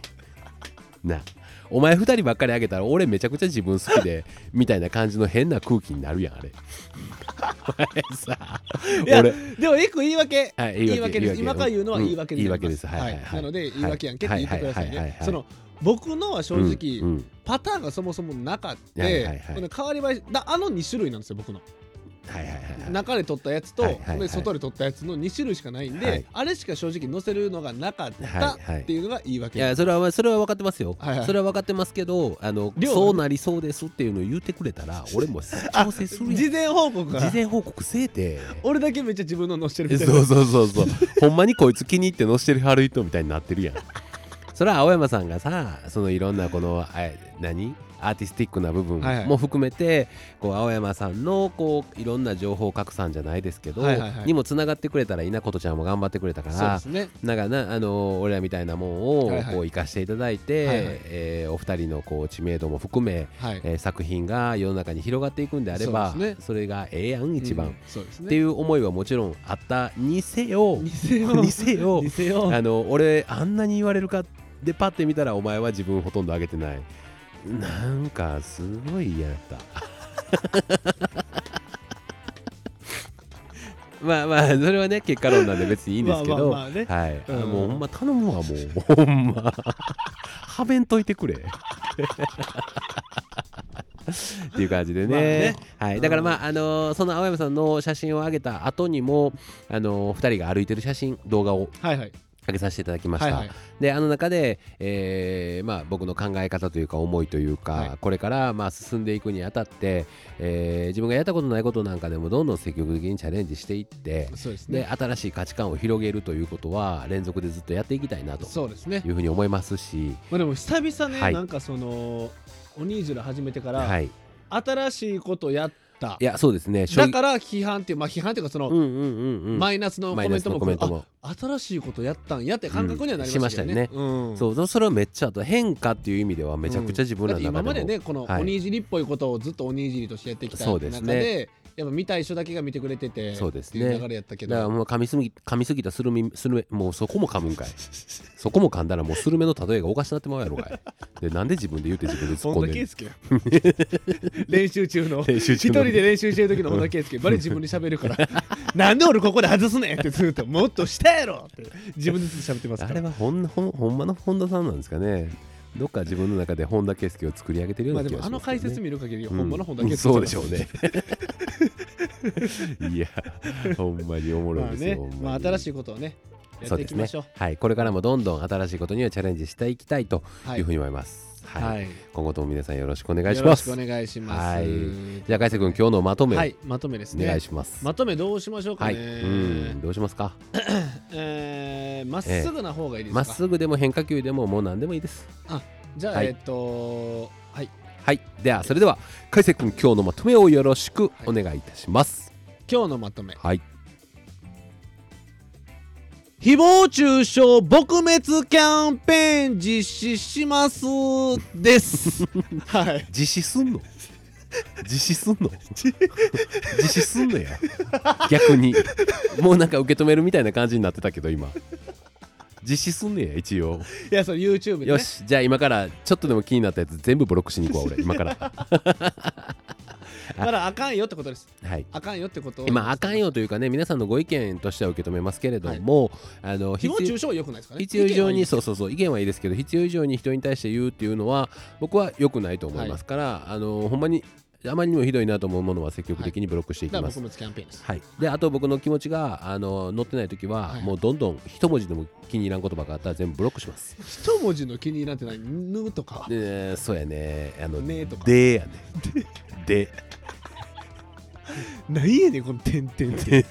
B: んなあお前2人ばっかりあげたら俺めちゃくちゃ自分好きでみたいな感じの変な空気になるやんあれお前さ
A: いや
B: 俺
A: でも一個言い訳
B: はい
A: 言い訳です
B: 言い
A: 今から言うのは
B: ん
A: 言い訳になります
B: 言い訳ですはいはいはい
A: なので言い訳やんけって言ってください
B: はいはい
A: ね
B: はいはい
A: その僕のは正
B: うん
A: 直
B: うん
A: パターンがそもそもなかった
B: はいはいはい
A: 変わり映えだあの2種類なんですよ僕の
B: はいはいはいはい
A: 中で撮ったやつ
B: はい
A: と
B: はいはい
A: で外で撮ったやつの2種類しかないん
B: は
A: で
B: い
A: あれしか正直載せるのがなかった
B: はいはい
A: っていうのが言い
B: い
A: 訳
B: やそれはそれは分かってますよ、
A: はいはい
B: それは分かってますけどあの
A: 量が
B: そうなりそうですっていうのを言ってくれた ら俺も
A: あ
B: 調整するや
A: 事
B: ん
A: 前報告が
B: 事前報告せ えて
A: 俺だけめっちゃ自分の載せてる
B: え
A: みたい
B: そ
A: な
B: うそうそうそうほんまにこいつ気に入ってのしてるはる人みたいになってるやん それは青山さんがさそのいろんなこのあ何アーティスティックな部分
A: はいはい
B: も含めて、こう青山さんのこういろんな情報拡散じゃないですけど、
A: はいはいはい
B: にもつながってくれたら稲ことちゃんも頑張ってくれたか
A: そうで
B: ら
A: すね
B: なんかなあの俺らみたいなもんを
A: はいはい
B: こう生かしていただいて、
A: はいはい
B: えーお二人のこう知名度も含め、
A: はい
B: えー作品が世の中に広がっていくんであれば
A: そ
B: そ,、
A: うですね
B: れがええやん一番、
A: うんそうですね
B: っていう思いはもちろんあったにせよ
A: にせよ
B: にせよ
A: にせよ
B: あ の俺あんなに言われるかでパッて見たらお前は自分ほとんど上げてないなんかすごい嫌だった まあまあそれはね結果論なんで別にいいんですけど、
A: まあまあまあね
B: はい、あ
A: うん
B: もうほんま頼むわもうほんまはべんといてくれっていう感じでね,、
A: まあね
B: はい、だからまあ、あのーその青山さんの写真を上げた後にも、あのー、2人が歩いてる写真動画を
A: はいはい
B: 上げさせていただきました、
A: はいはい
B: であの中で、えーまあ、僕の考え方というか思いというか、
A: はい
B: これからまあ進んでいくにあたって、えー自分がやったことないことなんかでもどんどん積極的にチャレンジしていって
A: そうです
B: で
A: ね
B: 新しい価値観を広げるということは連続でずっとやっていきたいなと
A: そうですね
B: いうふうに思いますし、
A: まあでも久々ね、
B: はい
A: なんかそのおにいじら始めてから、
B: はい、
A: 新しいことやった
B: いやそうですね
A: だから批判っていうまあ批判っていうかその、
B: うんうんうんうん
A: マイナスのコ
B: マ
A: メ
B: イナ
A: ン
B: ス
A: ト
B: の
A: も
B: コメントも
A: あ新しいことやったんやって感覚にはなりましたよね,、うん
B: そうそそれはめっちゃあと変化っていう意味ではめちゃくちゃ自分
A: だ
B: ら
A: っ
B: の
A: て
B: 中でも、
A: 今までねこの
B: はい
A: おにいじりっぽいことをずっとおにいじりとしてやってきた
B: そ
A: 中
B: う
A: で
B: ですね
A: やっぱ見たい人だけが見てくれてて
B: そうです
A: って
B: ね
A: いう流れやったけ
B: だから
A: ど
B: もう噛みすぎ噛みすぎたスルメスルメもうそこも噛むんかいそこも噛んだらもうスルメの例えがおかしなってまうやろかいでなんで自分で言うて自分で突っ込んでんの
A: 介 練習中の
B: 練習
A: 一
B: 中の
A: 人で練習してる時の本田圭佑バリ自分で喋るからなんで俺ここで外すねんってずっともっとしたやろって自分でずっと喋ってます
B: あ
A: か
B: れ
A: ら
B: はほんほんほんまの本田さんなんですかねどっか自分の中で本田圭佑を作り上げてるよう
A: まあ
B: な
A: で
B: 気が
A: もあ
B: し
A: の解
B: ますけどね
A: 説見る限り
B: うん
A: 本物の本田圭佑
B: そうでしょうね いやほんまにおもろい
A: まあ
B: です
A: ね
B: よ、ほん
A: まあ
B: に
A: 新しいことをねや
B: そ
A: っ
B: う
A: てい
B: で
A: き
B: す
A: ま
B: ね
A: しょう
B: はいこれからもどんどん新しいことにはチャレンジしていきたいと
A: はいいう
B: ふうに思いますはい、
A: はい
B: 今後とも皆さんよろしくお願いし
A: よろ
B: ま
A: し
B: す
A: くお願いします
B: はいじゃあ、海瀬君、今日のまとめを
A: はいまとめです
B: お願
A: ね
B: いします。
A: まとめどうしましょうか
B: はい、
A: ね
B: うん、どうしますか。
A: えーまっすぐな方がいいです
B: ま
A: か
B: っすぐでも変化球でも、もう何でもいいです。
A: じゃあ
B: はい
A: えっとはい
B: はい、では、それでは、海瀬君、今日のまとめをよろしくお願いいたします。
A: 今日のまとめ
B: はい、
A: 誹謗中傷撲滅キャンペーン実施しますです はい
B: 実施 すんの。実施すんの。実施すんのや。逆に、もうなんか受け止めるみたいな感じになってたけど、今。実施すんねや、一応。
A: いやそれ YouTube でね
B: よしじゃあ今からちょっとでも気になったやつ全部ブロックしに行くわ俺今から
A: まだあかんよってことです
B: はい
A: あかんよってことを
B: 今あかんよというかね皆さんのご意見としては受け止めますけれども、あの
A: 誹謗中
B: 必要
A: 傷は良くないですかね
B: 必要以上
A: 意見はいい
B: にそうそうそう意見はいいですけど必要以上に人に対して言うっていうのは僕は良くないと思いますから、あのほんまにあまりにもひどいなと思うものは積極的にブロックしていき
A: だから
B: ま
A: 撲滅
B: す。
A: キャンペーンです
B: はい、であと僕の気持ちがあの乗ってない時は、
A: はい
B: もうどんどん一文字でも気に入らん言葉があったら全部ブロックします。
A: 一文字の気に入らんってないぬとか
B: でそうやねあの
A: ねえとか
B: でやねで
A: 何やねんこの点々 って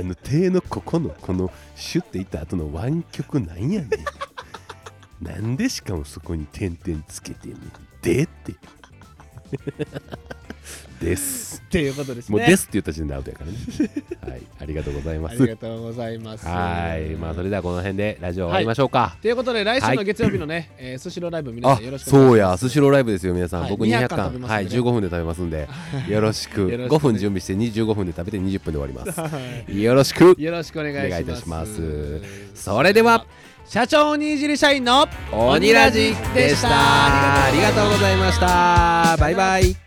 B: あの手のここのこのシュッていった後の湾曲なんやね んなんでしかもそこに点々つけてんねんでって です
A: っていうことですね
B: もうですって言った時点でアウトやからねはいありがとうございま
A: あ
B: す
A: りがとうございます
B: はいまあそれではこの辺でラジオ終わりましょうか、
A: ということで来週
B: は
A: の
B: い
A: 月曜日のね、えースシローライブ皆さんよろ
B: あ
A: しくお願いします
B: そうやスシローライブですよ皆さん、
A: はい
B: 僕
A: 200
B: 200
A: 缶食べ
B: 巻
A: ます
B: は
A: ん
B: い
A: でね
B: 15分で食べますん でよろしく
A: よろしくね
B: 5分準備して25分で食べて20分で終わりま す
A: は
B: よろしく
A: いよろしくお願いします
B: お願いいたしますそれでは
A: 社長にいじり社員の
B: 鬼ラジでした。ありがとうございました。バイバイ。